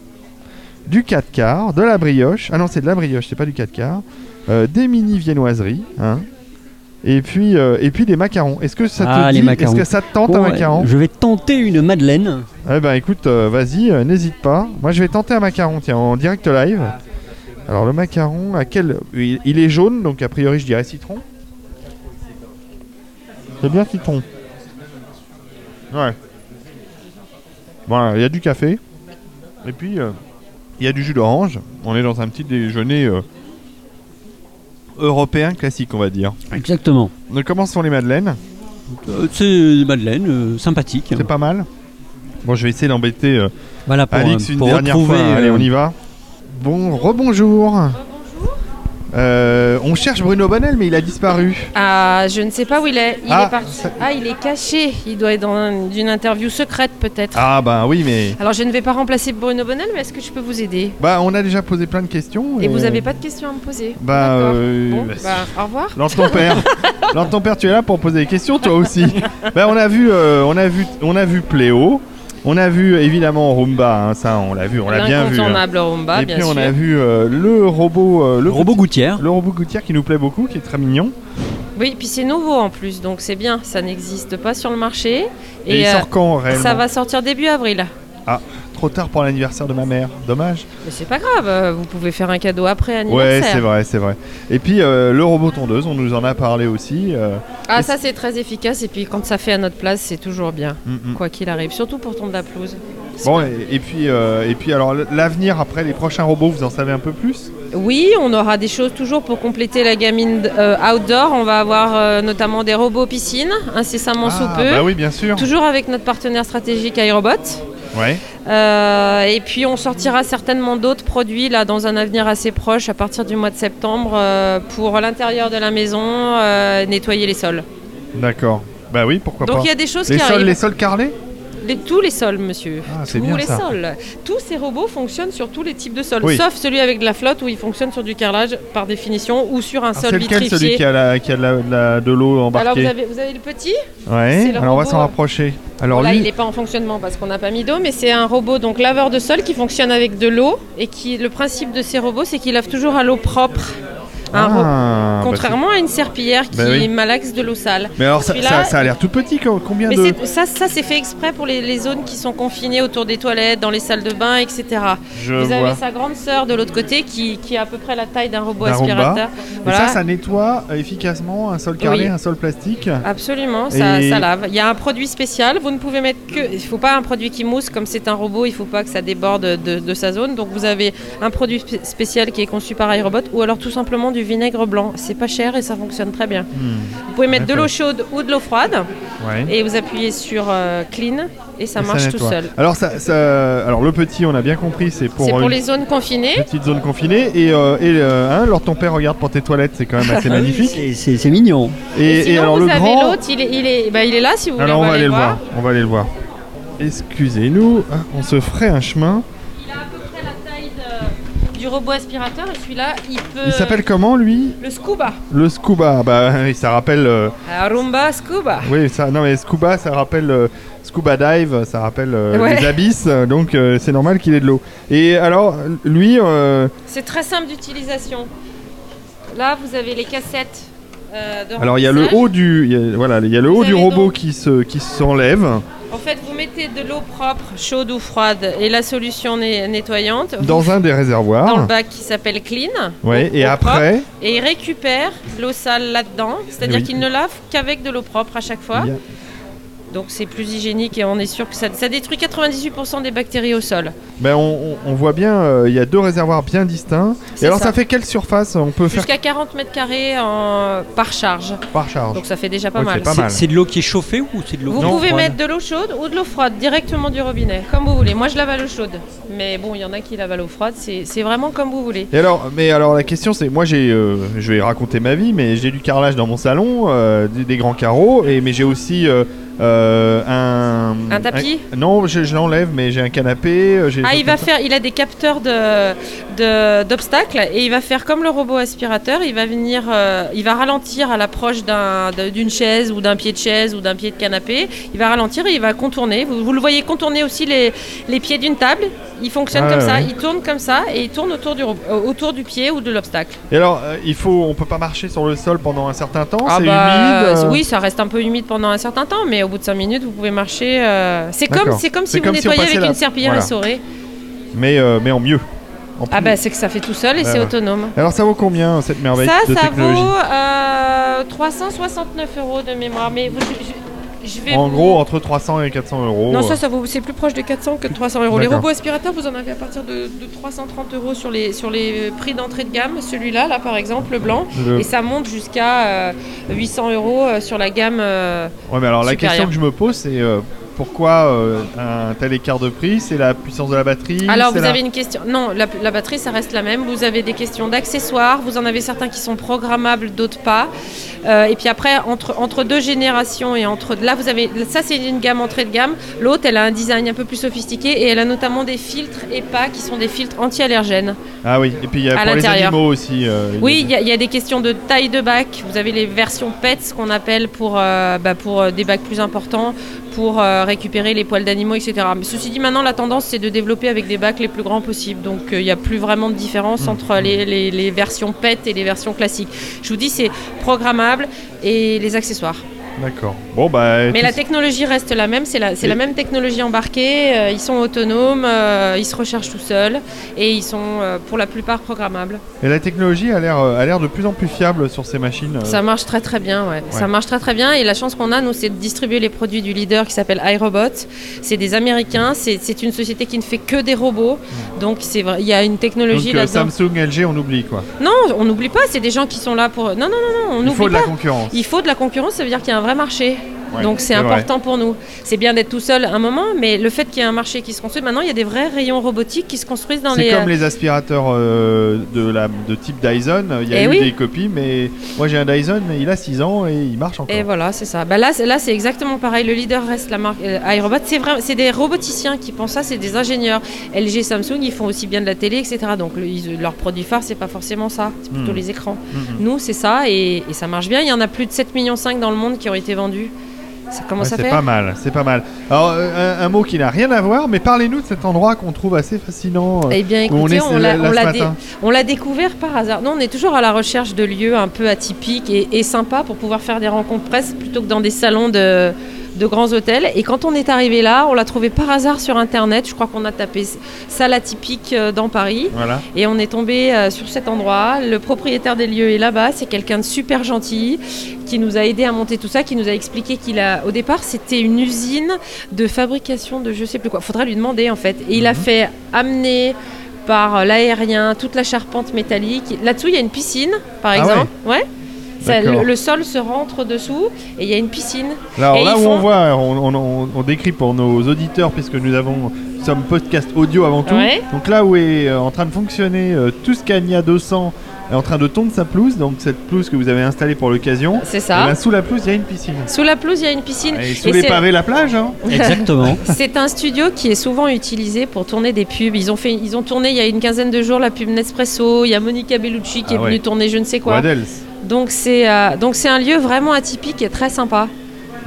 S2: du 4 quarts, de la brioche. Ah non, c'est de la brioche, c'est pas du 4 quarts. Euh, des mini viennoiseries, hein. Et puis, euh, et puis des macarons. Est-ce que ça te
S1: Ah, les
S2: dit-
S1: macarons.
S2: Est-ce que ça te tente un
S1: Bon,
S2: macaron
S1: euh, je vais tenter une madeleine.
S2: eh ben écoute, euh, vas-y, euh, n'hésite pas. Moi je vais tenter un macaron, tiens, en direct live. Alors le macaron, à quel... Il, il est jaune, donc a priori je dirais citron. C'est bien citron. Ouais. Voilà, il y a du café. Et puis, euh, il y a du jus d'orange. On est dans un petit déjeuner euh, européen classique, on va dire.
S1: Exactement.
S2: Donc comment se font les madeleines
S1: Euh, c'est des madeleines euh, sympathiques.
S2: C'est pas mal Bon, je vais essayer d'embêter... euh,
S1: Voilà pour,
S2: Alix,
S1: euh,
S2: une
S1: pour
S2: dernière
S1: retrouver.
S2: fois. Allez,
S1: euh,
S2: on y va. Bon, rebonjour. Euh, on cherche Bruno Bonnel, mais il a disparu.
S4: Ah, je ne sais pas où il est. Il
S2: Ah.
S4: est parti. Ah, il est caché. Il doit être dans un- une interview secrète peut-être.
S2: Ah bah oui, mais
S4: Alors, je ne vais pas remplacer Bruno Bonnel, mais est-ce que je peux vous aider
S2: bah on a déjà posé plein de questions.
S4: Et vous n'avez pas de questions à me poser
S2: Bah,
S4: D'accord.
S2: euh,
S4: Bon,
S2: bah, si.
S4: bah, au revoir.
S2: Lance ton
S4: (laughs)
S2: père. Lance ton père, tu es là pour poser des questions, toi aussi. bah on a vu, euh, on a vu, on a vu Pléo. On a vu évidemment Roomba, hein, ça on l'a vu, on l'a bien vu. hein.
S4: L'incontournable Rumba,
S2: Et
S4: bien
S2: puis
S4: sûr.
S2: on a vu euh, le robot, euh, le
S1: Le robot Gouttière.
S2: le robot Gouttière qui nous plaît beaucoup, qui est très mignon.
S4: Oui, puis c'est nouveau en plus, donc c'est bien. Ça n'existe pas sur le marché.
S2: Et,
S4: Et,
S2: il
S4: euh,
S2: sort quand réellement
S4: ça va sortir début avril.
S2: Trop tard pour l'anniversaire de ma mère, dommage.
S4: Mais c'est pas grave, euh, vous pouvez faire un cadeau après
S2: Ouais,
S4: anniversaire.
S2: c'est vrai, c'est vrai. Et puis euh, le robot tondeuse, on nous en a parlé aussi. euh,
S4: ah, ça c'est très efficace. Et puis quand ça fait à notre place, c'est toujours bien,
S2: mm, mm.
S4: quoi qu'il arrive. Surtout pour tondre la pelouse.
S2: Bon, et, et puis euh, et puis alors l- l'avenir après les prochains robots, vous en savez un peu plus
S4: Oui, on aura des choses toujours pour compléter la gamine euh, outdoor. On va avoir euh, notamment des robots piscine, incessamment sous
S2: Ah,
S4: peu.
S2: Bah oui, bien sûr.
S4: Toujours avec notre partenaire stratégique iRobot.
S2: Ouais.
S4: Euh, et puis on sortira certainement d'autres produits là dans un avenir assez proche à partir du mois de septembre euh, pour l'intérieur de la maison, euh, nettoyer les sols.
S2: D'accord. Bah oui, pourquoi
S4: Donc
S2: pas.
S4: il y a des choses
S2: Les
S4: qui
S2: sols,
S4: arrivent.
S2: les sols carrelés
S4: Les- tous les sols, monsieur.
S2: Ah, c'est
S4: tous
S2: bien
S4: les
S2: ça.
S4: sols. Tous ces robots fonctionnent sur tous les types de sols,
S2: Oui.
S4: sauf celui avec de la flotte où il fonctionne sur du carrelage par définition ou sur un
S2: Alors,
S4: sol
S2: Ah, C'est lequel
S4: vitrifié.
S2: celui qui a, la- qui a de la- de la- de l'eau
S4: Alors vous
S2: embarquée
S4: avez, vous avez le petit
S2: Ouais.
S4: c'est le
S2: Alors on va
S4: robot,
S2: s'en
S4: euh,
S2: rapprocher. Alors
S4: Là
S2: lui,
S4: il n'est pas en fonctionnement parce qu'on n'a pas mis d'eau, mais c'est un robot donc laveur de sol qui fonctionne avec de l'eau et qui le principe de ces robots c'est qu'ils lavent toujours à l'eau propre. Un
S2: Ah,
S4: ro-
S2: bah,
S4: Contrairement à une serpillière qui
S2: Bah oui.
S4: malaxe de l'eau sale.
S2: c'est- Mais alors ça,
S4: celui-là-
S2: ça- ça a l'air tout petit. co- Combien
S4: Mais
S2: de
S4: c'est- ça, ça c'est fait exprès pour les, les zones qui sont confinées autour des toilettes, dans les salles de bain, etc.
S2: Je
S4: Vous
S2: vois.
S4: avez sa grande sœur de l'autre côté qui, qui a à peu près la taille d'un robot
S2: D'un
S4: aspirateur.
S2: Et
S4: Voilà.
S2: ça, ça nettoie euh, efficacement un sol carrelé, un sol plastique.
S4: Absolument, ça,
S2: Et-
S4: ça lave. Il y a un produit spécial, vous ne pouvez mettre que... Il faut pas un produit qui mousse, comme c'est un robot, il faut pas que ça déborde de, de sa zone. Donc vous avez un produit spé- spécial qui est conçu par iRobot, ou alors tout simplement du vinaigre blanc. C'est pas cher et ça fonctionne très bien.
S2: Hmm,
S4: Vous pouvez mettre de
S2: D'accord.
S4: l'eau chaude ou de l'eau froide,
S2: Ouais.
S4: et vous appuyez sur euh, Clean, et ça
S2: Et
S4: marche tout
S2: nettoie.
S4: seul.
S2: Alors, ça, ça- alors le petit, on a bien compris, c'est pour, euh,
S4: C'est pour
S2: une
S4: les zones confinées.
S2: petite zone confinée. Et, euh, et euh, hein, alors ton père regarde pour tes toilettes, c'est quand même
S4: (laughs)
S2: assez magnifique.
S1: C'est- C'est c'est mignon.
S2: Et,
S4: Et,
S2: et
S4: sinon,
S2: alors
S4: vous
S2: le
S4: avez
S2: grand,
S4: l'autre, il est, il, est, bah, il est là si vous voulez.
S2: alors on va aller le
S4: voir.
S2: voir. On va aller le voir. Excusez-nous, hein, on se ferait un chemin.
S4: Il a à peu près la taille de- du du robot aspirateur et celui-là, il peut.
S2: Il s'appelle comment lui
S4: Le Scuba.
S2: Le Scuba. Bah (laughs) oui, ça rappelle. euh,
S4: Rumba Scuba.
S2: oui, ça. Non mais Scuba, ça rappelle euh, Scuba Dive, ça rappelle euh,
S4: Ouais.
S2: les abysses. euh, Donc euh, c'est normal qu'il ait de l'eau. Et alors lui, euh,
S4: C'est très simple d'utilisation. Là, vous avez les cassettes. euh, de
S2: alors il y a le
S4: remplissage.
S2: haut du, il y a- voilà, il y a le haut du
S4: avez
S2: robot
S4: donc-
S2: qui se, qui s'enlève
S4: En fait, vous mettez de l'eau propre, chaude ou froide, et la solution né- nettoyante vous-
S2: dans un des
S4: dans le
S2: réservoirs.
S4: bac qui s'appelle Clean.
S2: Ouais.
S4: donc
S2: Et
S4: eau propre,
S2: après,
S4: et il récupère l'eau sale là-dedans, c'est-à-dire
S2: Oui.
S4: qu'il ne lave qu'avec de l'eau propre à chaque fois.
S2: il y a-
S4: Donc c'est plus hygiénique et on est sûr que ça, ça détruit 98% des bactéries au sol.
S2: ben, on, on- on voit bien, euh, il y a deux réservoirs bien distincts. Et
S4: C'est
S2: alors
S4: ça.
S2: ça. fait quelle surface on peut faire
S4: Jusqu'à 40 mètres carrés en- par charge.
S2: par charge
S4: Donc ça fait déjà pas
S2: Ouais, c'est
S4: mal.
S2: pas
S1: C'est de l'eau qui est chauffée ou c'est de l'eau
S4: Vous
S1: froide
S4: pouvez mettre de l'eau chaude ou de l'eau froide directement du robinet, comme vous voulez. Moi je lave à l'eau chaude, mais bon, il y en a qui lavent à l'eau froide, c'est c'est vraiment comme vous voulez.
S2: Et alors, mais alors la question c'est, moi j'ai, euh, je vais raconter ma vie, mais j'ai du carrelage dans mon salon, euh, des, des grands carreaux, et mais j'ai aussi euh, euh, un,
S4: Un tapis
S2: un- non, je, je l'enlève, mais j'ai un canapé. euh, j'ai des
S4: Ah,
S2: choses
S4: il va
S2: comme
S4: faire, il a des capteurs de de- d'obstacles et il va faire comme le robot aspirateur. Il va venir, euh, il va ralentir à l'approche d'un- de- d'une chaise ou d'un pied de chaise ou d'un pied de canapé. Il va ralentir et il va contourner. Vous, vous le voyez contourner aussi les, les pieds d'une table. Il fonctionne
S2: Ah,
S4: comme ça.
S2: ouais.
S4: Il tourne comme ça et il tourne autour du ro- euh, autour du pied ou de l'obstacle.
S2: ça. Et alors, euh, il faut, on peut pas marcher sur le sol pendant un certain temps,
S4: Ah
S2: c'est
S4: bah,
S2: humide. euh,
S4: Oui, ça reste un peu humide pendant un certain temps, mais au bout de 5 minutes, vous pouvez marcher. euh, C'est comme
S2: D'accord.
S4: c'est comme si
S2: C'est
S4: vous
S2: comme si on
S4: nettoyiez
S2: passait
S4: avec
S2: la-
S4: une serpillière
S2: voilà.
S4: essorée.
S2: mais euh, mais en mieux. En
S4: Ah
S2: plus.
S4: bah c'est que ça fait tout seul et
S2: Bah
S4: c'est
S2: ouais.
S4: autonome.
S2: Alors ça vaut combien cette merveille
S4: Ça,
S2: de
S4: ça
S2: technologie
S4: vaut euh, 369 euros de mémoire. Mais vous- je, je vais.
S2: En
S4: vous-
S2: gros, entre 300 et 400 euros.
S4: Non,
S2: euh.
S4: ça, ça vaut. C'est plus proche de 400 que de 300 euros. Les
S2: D'accord.
S4: robots aspirateurs, vous en avez à partir de, de 330 euros sur les, sur les prix d'entrée de gamme. Celui-là, là, par exemple, le blanc.
S2: Le-
S4: Et ça monte jusqu'à euh, 800 euros euh, sur la gamme. euh,
S2: Ouais, mais alors la
S4: supérieur.
S2: question que je me pose, c'est euh, pourquoi euh, un tel écart de prix C'est la puissance de la batterie
S4: Alors,
S2: c'est
S4: vous
S2: la-
S4: avez une question. Non, la, la batterie, ça reste la même. Vous avez des questions d'accessoires. Vous en avez certains qui sont programmables, d'autres pas. Euh, et puis après, entre, entre deux générations et entre. Là, vous avez. Ça, c'est une gamme entrée de gamme. L'autre, elle a un design un peu plus sophistiqué et elle a notamment des filtres EPA qui sont des filtres anti-allergènes.
S2: Ah oui, et puis il y a
S4: À
S2: pour les
S4: l'intérieur.
S2: animaux aussi. euh,
S4: Oui,
S2: il
S4: il y, a- il y a des questions de taille de bac. Vous avez les versions PETS qu'on appelle pour, euh, bah, pour euh, des bacs plus importants, pour euh, récupérer les poils d'animaux, etc. Mais ceci dit, maintenant, la tendance, c'est de développer avec des bacs les plus grands possibles. Donc, euh, il n'y a plus vraiment de différence
S2: Mm.
S4: entre les, les- les versions PET et les versions classiques. Je vous dis, c'est programmable et les accessoires.
S2: D'accord. Bon, bah.
S4: Mais
S2: tout-
S4: la technologie reste la même, c'est la, c'est
S2: Et-
S4: la même technologie embarquée, euh, ils sont autonomes, euh, ils se recherchent tout seuls et ils sont euh, pour la plupart programmables.
S2: Et la technologie a l'air, euh, a l'air de plus en plus fiable sur ces machines. euh.
S4: Ça marche très très bien, ouais. Ça marche très très bien et la chance qu'on a, nous, c'est de distribuer les produits du leader qui s'appelle iRobot. C'est des Américains, c'est c'est une société qui ne fait que des robots. Donc c'est vrai, il y a une
S2: Donc
S4: technologie
S2: euh,
S4: là-dedans.
S2: Samsung, LG, on oublie quoi.
S4: Non, on n'oublie pas, c'est des gens qui sont là pour... Non, non, non, non on
S2: Il faut
S4: n'oublie
S2: de la
S4: pas.
S2: concurrence.
S4: Il faut de la concurrence, ça veut dire qu'il y a un vrai marché.
S2: Ouais,
S4: Donc
S2: c'est
S4: c'est
S2: vrai.
S4: important pour nous. C'est bien d'être tout seul un moment, mais le fait qu'il y ait un marché qui se construise, maintenant il y a des vrais rayons robotiques qui se construisent dans
S2: C'est
S4: les...
S2: comme les aspirateurs euh, de, la, de type Dyson. Il y a
S4: Eh
S2: eu
S4: oui.
S2: des copies, mais moi j'ai un Dyson, mais il a 6 ans et il marche encore.
S4: Et voilà, c'est ça. Bah là, c'est- là, c'est exactement pareil. Le leader reste la marque euh, iRobot. C'est vrai, c'est des roboticiens qui pensent ça, c'est des ingénieurs. LG, Samsung, ils font aussi bien de la télé, etc. Donc le- ils- leur produit phare, c'est pas forcément ça. C'est plutôt
S2: Hmm.
S4: les écrans.
S2: Mhm.
S4: Nous, c'est ça et, et ça marche bien. Il y en a plus de 7,5 millions dans le monde qui ont été vendus. Ça, comment
S2: Ouais,
S4: ça
S2: c'est
S4: fait
S2: pas mal, c'est pas mal. Alors, euh, un, un mot qui n'a rien à voir, mais parlez-nous de cet endroit qu'on trouve assez fascinant. euh,
S4: Eh bien,
S2: où on
S4: écoutez,
S2: est ce-
S4: on l'a-
S2: là,
S4: on
S2: ce
S4: l'a dé-
S2: matin.
S4: on l'a découvert par hasard. Non, on est toujours à la recherche de lieux un peu atypiques et, et sympas pour pouvoir faire des rencontres presse plutôt que dans des salons de, de grands hôtels. Et quand on est arrivé là, on l'a trouvé par hasard sur Internet. Je crois qu'on a tapé s- salle atypique euh, dans Paris
S2: Voilà.
S4: et on est tombé euh, sur cet endroit. Le propriétaire des lieux est là-bas. C'est quelqu'un de super gentil qui nous a aidé à monter tout ça, qui nous a expliqué qu'il a. Au départ, c'était une usine de fabrication de je sais plus quoi. Faudrait lui demander en fait. Et il a
S2: Mhm.
S4: fait amener par euh, l'aérien toute la charpente métallique. Là-dessous, il y a une piscine, par
S2: Ah
S4: exemple. Ouais. Ça,
S2: D'accord.
S4: le, le sol se rentre dessous et il y a une piscine.
S2: Alors
S4: Et
S2: là
S4: ils
S2: où
S4: font-
S2: on voit, on, on- on- on décrit pour nos auditeurs, puisque nous avons, nous sommes podcast audio avant tout.
S4: Ouais.
S2: Donc là où est euh, en train de fonctionner euh, Tuscania 200 est en train de tondre sa pelouse, donc cette pelouse que vous avez installée pour l'occasion.
S7: C'est
S2: Et
S7: ça.
S2: ben, sous la pelouse, il y a une piscine.
S7: Sous la pelouse, il y a une piscine.
S2: Et sous
S7: Et
S2: les
S7: c'est-
S4: (laughs)
S2: pavés, la plage. hein.
S1: (laughs) Exactement.
S7: C'est un studio qui est souvent utilisé pour tourner des pubs. Ils ont, fait, ils ont tourné il y a une quinzaine de jours la pub Nespresso. Il y a Monica Bellucci qui
S2: Ah
S7: est venue
S2: ouais.
S7: tourner je ne sais quoi.
S2: What else
S7: Donc c'est euh, donc c'est un lieu vraiment atypique et très sympa.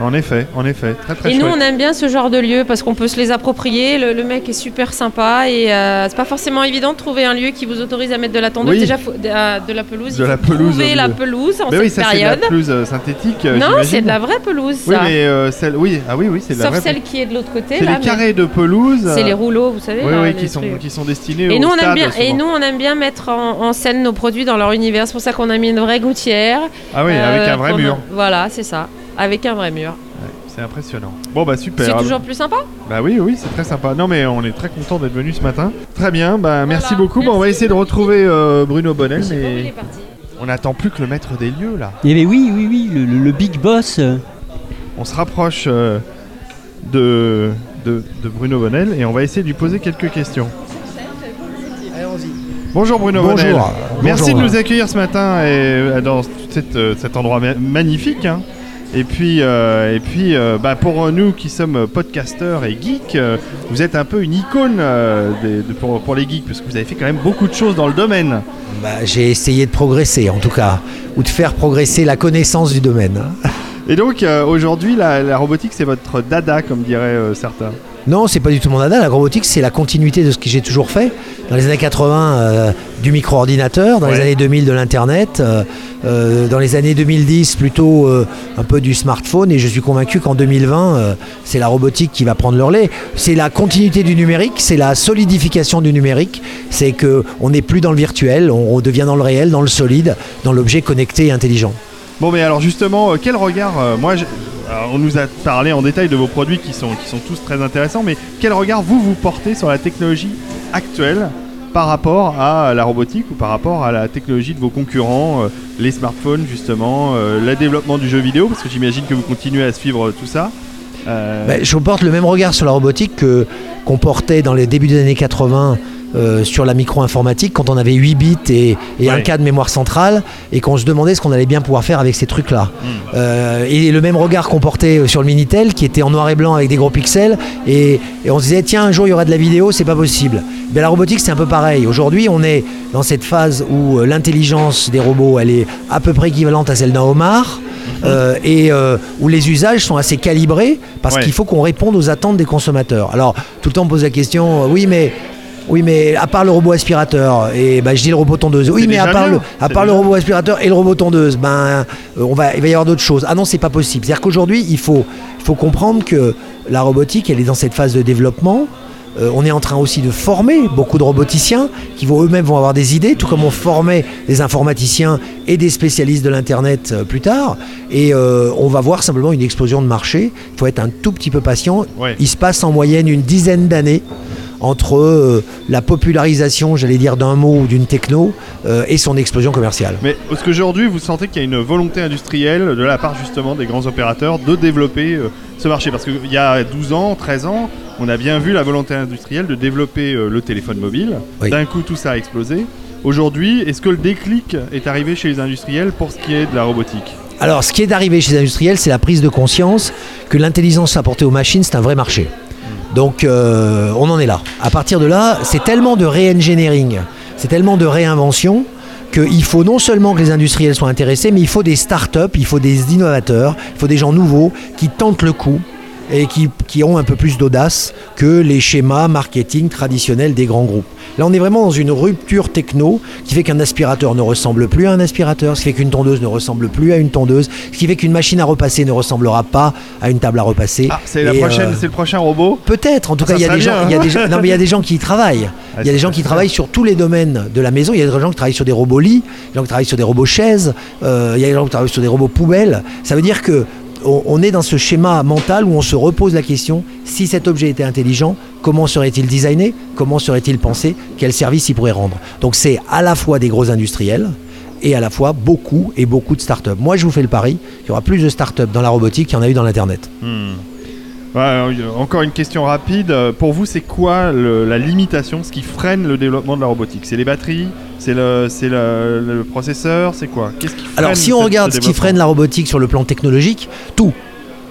S2: En effet, en effet. Très Ah, très
S7: et nous
S2: chouette.
S7: on aime bien ce genre de lieu parce qu'on peut se les approprier. Le, le mec est super sympa et euh, c'est pas forcément évident de trouver un lieu qui vous autorise à mettre de la tondeuse
S2: Oui.
S7: déjà faut- de, euh, de la pelouse.
S2: De
S7: il
S2: la
S7: faut
S2: pelouse au
S7: Trouver la
S2: milieu.
S7: pelouse en
S2: Mais oui,
S7: cette
S2: ça c'est de la
S7: période.
S2: pelouse euh, synthétique. euh,
S7: non,
S2: j'imagine.
S7: c'est de la vraie pelouse.
S2: Oui,
S7: ça.
S2: mais euh, celle, oui, ah oui, oui, c'est de la
S7: Sauf
S2: vraie.
S7: celle qui est de l'autre côté.
S2: C'est
S7: là,
S2: les
S7: mais
S2: carrés de pelouse.
S7: C'est les
S2: euh,
S7: rouleaux, vous savez.
S2: Oui,
S7: là,
S2: oui,
S7: les
S2: qui sont
S7: trucs.
S2: qui sont destinés
S7: Et
S2: au
S7: nous, on aime
S2: stade,
S7: bien, et
S2: souvent.
S7: nous, on aime bien mettre en, en scène nos produits dans leur univers. C'est pour ça qu'on a mis une vraie gouttière.
S2: Ah oui, avec
S7: euh,
S2: un vrai
S7: qu'on a-
S2: mur.
S7: Voilà, c'est ça. Avec un vrai mur.
S2: C'est impressionnant. Bon bah super.
S7: C'est toujours plus sympa.
S2: Bah oui, oui, c'est très sympa. Non mais on est très content d'être venu ce matin. Très bien, bah merci beaucoup. Bon, on va
S7: Merci.
S2: essayer de retrouver euh, Bruno Bonnel, mais
S7: parti.
S2: on attend plus que le maître des lieux là.
S1: Eh bien oui, oui, oui, le, le- le big boss. euh,
S2: On se rapproche euh, de, de de Bruno Bonnel et on va essayer de lui poser quelques questions. Bonjour Bruno
S5: Bonjour.
S2: Bonnel. Merci
S5: Bonjour.
S2: de nous accueillir ce matin et euh, dans tout cet, euh, cet endroit ma- magnifique. hein. Et puis, euh, et puis euh, bah, pour euh, nous qui sommes podcasteurs et geeks, euh, vous êtes un peu une icône euh, des- de- pour, pour les geeks, parce que vous avez fait quand même beaucoup de choses dans le domaine.
S8: Bah, J'ai essayé de progresser en tout cas, ou de faire progresser la connaissance du domaine. hein.
S2: Et donc euh, aujourd'hui, la, la robotique, c'est votre dada, comme diraient euh, certains.
S8: Non, c'est pas du tout mon dada. La robotique, c'est la continuité de ce que j'ai toujours fait. Dans les années 80, euh, du micro-ordinateur, dans
S2: Ouais.
S8: les années 2000, de l'Internet, euh, euh, dans les années 2010, plutôt euh, un peu du smartphone. Et je suis convaincu qu'en 2020, euh, c'est la robotique qui va prendre le relais. C'est la continuité du numérique, c'est la solidification du numérique. C'est qu'on n'est plus dans le virtuel, on redevient dans le réel, dans le solide, dans l'objet connecté et intelligent.
S2: Bon, mais alors justement, euh, quel regard euh, Moi, je- alors, on nous a parlé en détail de vos produits qui sont, qui sont tous très intéressants, mais quel regard vous vous portez sur la technologie actuelle par rapport à la robotique ou par rapport à la technologie de vos concurrents, euh, les smartphones justement, euh, le développement du jeu vidéo, parce que j'imagine que vous continuez à suivre euh, tout ça. Euh,
S8: Ben, je porte le même regard sur la robotique que- qu'on portait dans les débuts des années 80 euh, sur la micro-informatique, quand on avait 8 bits et, et un
S2: Ouais.
S8: cas de mémoire centrale, et qu'on se demandait ce qu'on allait bien pouvoir faire avec ces trucs-là.
S2: Mm.
S8: Euh, et le même regard qu'on portait euh, sur le Minitel, qui était en noir et blanc avec des gros pixels, et, et on se disait, tiens, un jour il y aura de la vidéo, c'est pas possible. Ben, la robotique, c'est un peu pareil. Aujourd'hui, on est dans cette phase où euh, l'intelligence des robots, elle est à peu près équivalente à celle d'un homard.
S2: Mhm.
S8: euh, et euh, où les usages sont assez calibrés parce
S2: Ouais.
S8: qu'il faut qu'on réponde aux attentes des consommateurs. Alors, tout le temps, on me pose la question, euh, oui, mais... Oui, mais à part le robot aspirateur, et ben, je dis le robot tondeuse. Oui,
S2: C'est
S8: mais à
S2: déjà
S8: part,
S2: bien,
S8: le, à
S2: c'est
S8: part le
S2: déjà-
S8: robot aspirateur et le robot tondeuse, ben, euh, on va, il va y avoir d'autres choses. Ah non, c'est pas possible. C'est-à-dire qu'aujourd'hui, il faut, il faut comprendre que la robotique, elle est dans cette phase de développement. Euh, on est en train aussi de former beaucoup de roboticiens qui vont eux-mêmes vont avoir des idées, tout comme on formait des informaticiens et des spécialistes de l'internet euh, plus tard. Et euh, on va voir simplement une explosion de marché. Il faut être un tout petit peu patient.
S2: Ouais.
S8: Il se passe en moyenne une dizaine d'années entre euh, la popularisation, j'allais dire, d'un mot ou d'une techno euh, et son explosion commerciale.
S2: Mais est-ce qu'aujourd'hui vous sentez qu'il y a une volonté industrielle de la part justement des grands opérateurs de développer euh, ce marché Parce qu'il y a 12 ans, 13 ans, on a bien vu la volonté industrielle de développer euh, le téléphone mobile.
S8: Oui.
S2: D'un coup tout ça a explosé. Aujourd'hui, est-ce que le déclic est arrivé chez les industriels pour ce qui est de la robotique
S8: Alors, ce qui est arrivé chez les industriels, c'est la prise de conscience que l'intelligence apportée aux machines, c'est un vrai marché. Donc, euh, on en est là. À partir de là, c'est tellement de re-engineering, c'est tellement de réinvention qu'il faut non seulement que les industriels soient intéressés, mais il faut des start-up, il faut des innovateurs, il faut des gens nouveaux qui tentent le coup et qui, qui ont un peu plus d'audace que les schémas marketing traditionnels des grands groupes. Là, on est vraiment dans une rupture techno qui fait qu'un aspirateur ne ressemble plus à un aspirateur, ce qui fait qu'une tondeuse ne ressemble plus à une tondeuse, ce qui fait qu'une machine à repasser ne ressemblera pas à une table à repasser.
S2: Ah, c'est la
S8: Et,
S2: prochaine,
S8: euh,
S2: c'est le prochain robot
S8: Peut-être, en tout
S2: Ça
S8: cas, il y, a
S2: serait
S8: des gens,
S2: bien, hein.
S8: il y a des gens- non, mais il y a des gens qui y travaillent.
S2: Ah,
S8: Il y a des
S2: c'est
S8: gens qui travaillent sur tous les domaines de la maison. Il y a des gens qui travaillent sur des robots lits, des gens qui travaillent sur des robots chaises, euh, il y a des gens qui travaillent sur des robots poubelles. Ça veut dire que on, on est dans ce schéma mental où on se repose la question si cet objet était intelligent, comment serait-il designé Comment serait-il pensé Quel service il pourrait rendre Donc, c'est à la fois des gros industriels et à la fois beaucoup et beaucoup de start-up. Moi, je vous fais le pari qu'il y aura plus de start-up dans la robotique qu'il y en a eu dans l'Internet.
S2: Ouais, alors, euh, Encore une question rapide. Euh, Pour vous, c'est quoi le- la limitation, ce qui freine le développement de la robotique C'est les batteries C'est le, c'est le, le processeur, c'est quoi Qu'est-ce qui
S8: Alors
S2: freine
S8: si on
S2: cette-
S8: regarde
S2: ce
S8: ce qui freine la robotique sur le plan technologique, tout.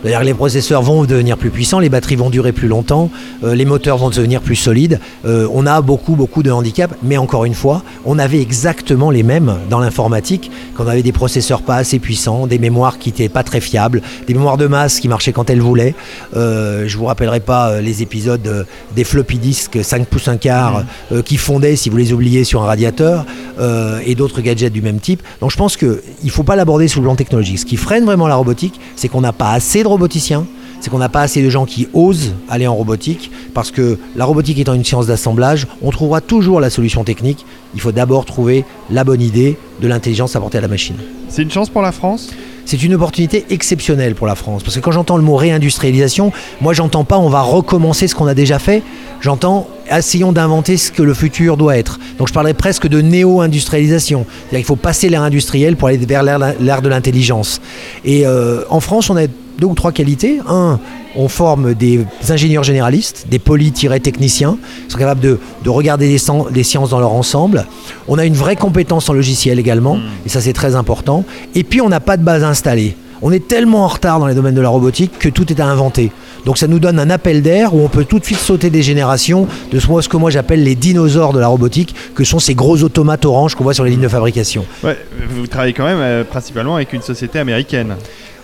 S8: C'est-à-dire que les processeurs vont devenir plus puissants, les batteries vont durer plus longtemps, euh, les moteurs vont devenir plus solides. Euh, on a beaucoup, beaucoup de handicaps, mais encore une fois, on avait exactement les mêmes dans l'informatique, qu'on avait des processeurs pas assez puissants, des mémoires qui n'étaient pas très fiables, des mémoires de masse qui marchaient quand elles voulaient. Euh, je vous rappellerai pas euh, les épisodes euh, des floppy disks 5 pouces 1 quart euh, qui fondaient si vous les oubliez sur un radiateur euh, et d'autres gadgets du même type. Donc je pense qu'il ne faut pas l'aborder sous le plan technologique. Ce qui freine vraiment la robotique, c'est qu'on n'a pas assez de roboticiens, c'est qu'on n'a pas assez de gens qui osent aller en robotique, parce que la robotique étant une science d'assemblage, on trouvera toujours la solution technique. Il faut d'abord trouver la bonne idée de l'intelligence apportée à la machine.
S2: C'est une chance pour la France
S8: C'est une opportunité exceptionnelle pour la France. Parce que quand j'entends le mot réindustrialisation, moi j'entends pas on va recommencer ce qu'on a déjà fait. J'entends essayons d'inventer ce que le futur doit être. Donc je parlerais presque de néo-industrialisation. C'est-à-dire qu'il faut passer l'ère industrielle pour aller vers l'ère- l'ère de l'intelligence. Et euh, en France, on a deux ou trois qualités. Un, on forme des ingénieurs généralistes, des poly-techniciens, qui sont capables de, de regarder les, sen- les sciences dans leur ensemble. On a une vraie compétence en logiciel également, et ça c'est très important. Et puis on n'a pas de base installée. On est tellement en retard dans les domaines de la robotique que tout est à inventer. Donc ça nous donne un appel d'air où on peut tout de suite sauter des générations de ce moi- ce que moi j'appelle les dinosaures de la robotique, que sont ces gros automates oranges qu'on voit sur les lignes de fabrication.
S2: Ouais, vous travaillez quand même euh, principalement avec une société américaine.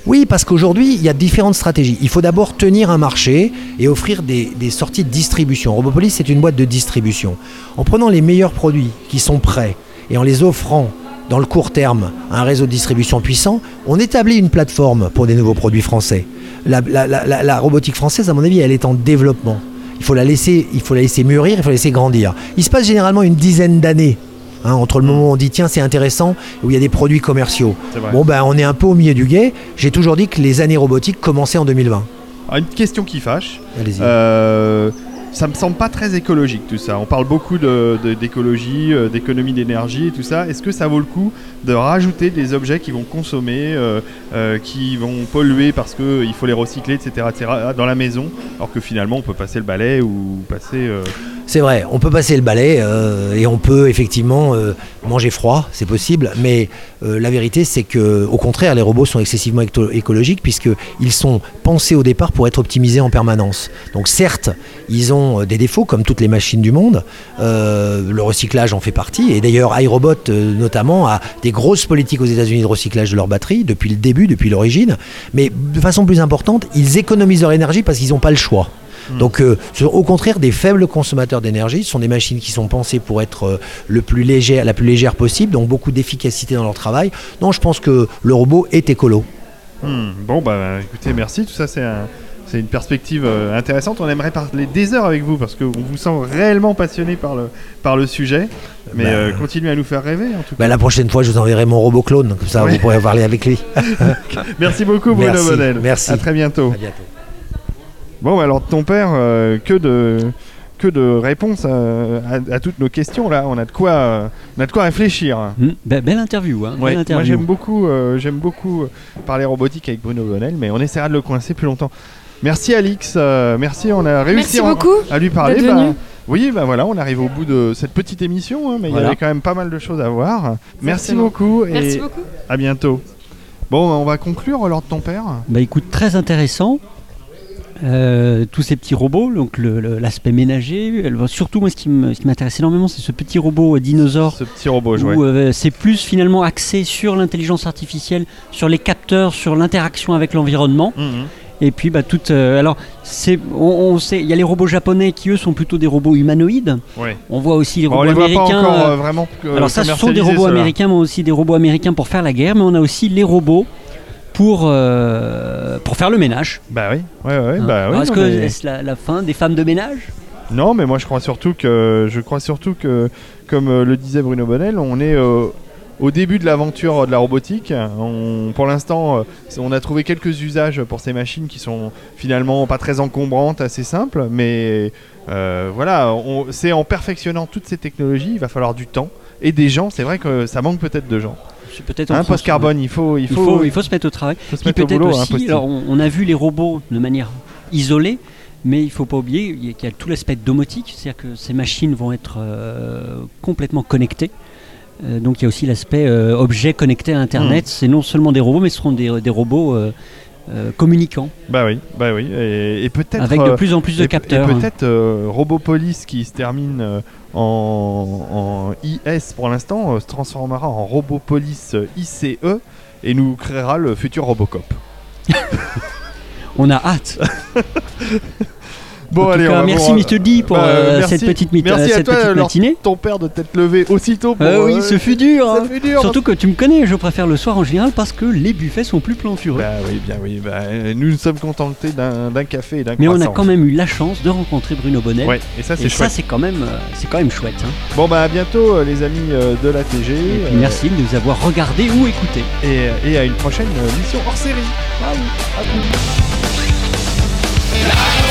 S8: Oui, parce qu'aujourd'hui, il y a différentes stratégies. Il faut d'abord tenir un marché et offrir des, des sorties de distribution. Robopolis, c'est une boîte de distribution. En prenant les meilleurs produits qui sont prêts et en les offrant dans le court terme à un réseau de distribution puissant, on établit une plateforme pour des nouveaux produits français. La, la- la- la- la robotique française, à mon avis, elle est en développement. Il faut la laisser, il faut la laisser mûrir, il faut la laisser grandir. Il se passe généralement une dizaine d'années hein, entre le moment où on dit tiens c'est intéressant et où il y a des produits commerciaux.
S2: Mm. C'est vrai.
S8: Bon ben on est un peu au milieu du guet. J'ai toujours dit que les années robotiques commençaient en 2020.
S2: Alors, une question qui fâche.
S8: Allez-y.
S2: Euh, ça me semble pas très écologique tout ça. On parle beaucoup de- de- d'écologie, euh, d'économie d'énergie et tout ça. Est-ce que ça vaut le coup de rajouter des objets qui vont consommer, euh, euh, qui vont polluer parce qu'il faut les recycler, etc., etc., euh, dans la maison, alors que finalement on peut passer le balai ou passer. euh,
S8: C'est vrai, on peut passer le balai euh, et on peut effectivement euh, manger froid, c'est possible, mais euh, la vérité c'est que au contraire les robots sont excessivement écto- écologiques puisqu'ils sont pensés au départ pour être optimisés en permanence. Donc certes, ils ont euh, des défauts comme toutes les machines du monde, euh, le recyclage en fait partie, et d'ailleurs iRobot euh, notamment a des grosses politiques aux États-Unis de recyclage de leurs batteries depuis le début, depuis l'origine, mais de façon plus importante, ils économisent leur énergie parce qu'ils n'ont pas le choix. Donc, euh, ce sont au contraire, des faibles consommateurs d'énergie. Ce sont des machines qui sont pensées pour être euh, le plus légère, la plus légère possible, donc beaucoup d'efficacité dans leur travail. Non, je pense que le robot est écolo.
S2: Hmm, bon, bah écoutez, merci. Tout ça, c'est un- c'est une perspective euh, intéressante. On aimerait parler des heures avec vous parce qu'on vous sent réellement passionné par le, par le sujet. Mais
S8: Bah,
S2: euh, continuez à nous faire rêver en tout cas.
S8: Bah, la prochaine fois, je vous enverrai mon robot clone, comme ça
S2: Oui.
S8: vous pourrez parler avec lui.
S2: Merci beaucoup, Bruno
S8: Merci,
S2: Bonnel.
S8: merci.
S2: À très bientôt.
S8: (laughs) À bientôt.
S2: Bon, bah, alors ton père, euh, que de que de réponses euh, à, à toutes nos questions là. On a de quoi, euh, on a de quoi réfléchir.
S1: Hmm, be- belle interview,
S2: Ouais,
S1: hein, belle
S2: moi
S1: interview.
S2: j'aime beaucoup, euh, j'aime beaucoup euh, parler robotique avec Bruno Bonnel, mais on essaiera de le coincer plus longtemps. Merci Alix, euh, merci, on a réussi
S3: Merci
S2: en-
S3: beaucoup
S2: à lui parler.
S3: d'être venu.
S2: oui, bah voilà, on arrive au bout de cette petite émission, hein, mais il y
S1: Voilà.
S2: avait quand même pas mal de choses à voir. Merci
S3: Exactement.
S2: beaucoup et
S3: Merci beaucoup.
S2: à bientôt. Bon, on va conclure Lord ton père.
S1: Bah écoute, très intéressant. Euh, tous ces petits robots, donc le- le- l'aspect ménager. elle- Surtout, moi, ce qui me- ce qui m'intéresse énormément, c'est ce petit robot euh, dinosaure
S2: Ce petit robot,
S1: où euh, c'est plus finalement axé sur l'intelligence artificielle, sur les capteurs, sur l'interaction avec l'environnement.
S2: Mhm.
S1: Et puis, bah, toute, euh, alors, c'est, on, on sait, il y a les robots japonais qui eux sont plutôt des robots humanoïdes.
S2: Ouais.
S1: On voit aussi les
S2: Bon, on
S1: robots
S2: les voit pas
S1: américains.
S2: encore
S1: euh,
S2: euh, vraiment. euh,
S1: alors ça, ce sont des
S2: commercialisés,
S1: robots
S2: ceux-là.
S1: américains, mais aussi des robots américains pour faire la guerre, mais on a aussi les robots pour, euh, pour faire le ménage.
S2: Bah oui, ouais, ouais,
S1: Hein.
S2: bah
S1: Alors,
S2: oui.
S1: Est-ce
S2: non,
S1: que
S2: mais-
S1: est-ce la, la fin des femmes de ménage
S2: Non, mais moi je crois surtout que euh, je crois surtout que, comme euh, le disait Bruno Bonnel, on est euh, au début de l'aventure euh, de la robotique. On, pour l'instant, euh, on a trouvé quelques usages pour ces machines qui sont finalement pas très encombrantes, assez simples. Mais euh, voilà, on- c'est en perfectionnant toutes ces technologies, il va falloir du temps et des gens. C'est vrai que ça manque peut-être de gens.
S1: C'est peut-être en
S2: Un
S1: France,
S2: post carbone, il faut, Hein, il
S1: Il faut,
S2: faut,
S1: il faut se mettre au travail.
S2: faut se
S1: Puis
S2: mettre au
S1: peut-être
S2: boulot. hein,
S1: aussi,
S2: post-
S1: alors on, on a vu les robots de manière isolée, mais il faut pas oublier qu'il y a- qu'il y a tout l'aspect domotique, c'est-à-dire que ces machines vont être euh, complètement connectées. Euh, donc il y a aussi l'aspect euh, objet connecté à
S2: Hmm.
S1: Internet. C'est non seulement des robots, mais ce seront des, des robots euh, euh, communicants,
S2: Bah oui, bah oui. Et, et peut-être.
S1: avec
S2: euh,
S1: de plus en plus de
S2: et, pe- et
S1: capteurs. hein.
S2: peut-être euh, Robopolis qui se termine euh, en, en IS pour l'instant euh, se transformera en Robopolis euh, ICE et nous créera le futur Robocop.
S1: On a
S2: (laughs)
S1: hâte.
S2: Bon,
S1: En tout
S2: allez, on
S1: cas,
S2: va
S1: merci
S2: voir,
S1: Mr. D pour
S2: Bah,
S1: euh,
S2: merci.
S1: cette petite, mit-
S2: Merci
S1: euh,
S2: à
S1: cette
S2: toi,
S1: petite
S2: alors.
S1: matinée.
S2: Ton père de t'être levé aussitôt pour.
S1: Euh, oui,
S2: euh,
S1: ce fut dur.
S2: ça
S1: hein.
S2: fut dur.
S1: Surtout que tu me connais, je préfère le soir en général parce que les buffets sont plus plantureux.
S2: Bah oui, bien oui. Bah, euh, nous nous sommes contentés d'un d'un café et d'un
S1: mais on a
S2: croissant.
S1: quand même eu la chance de rencontrer Bruno Bonnet.
S2: Ouais, et ça c'est
S1: et ça,
S2: chouette.
S1: c'est quand même, euh, c'est quand même chouette. hein.
S2: Bon bah à bientôt euh, les amis euh, de la TG.
S1: Et puis,
S2: euh,
S1: merci de nous avoir regardés ou écoutés.
S2: et, et à une prochaine euh, mission hors série. Ciao. À plus.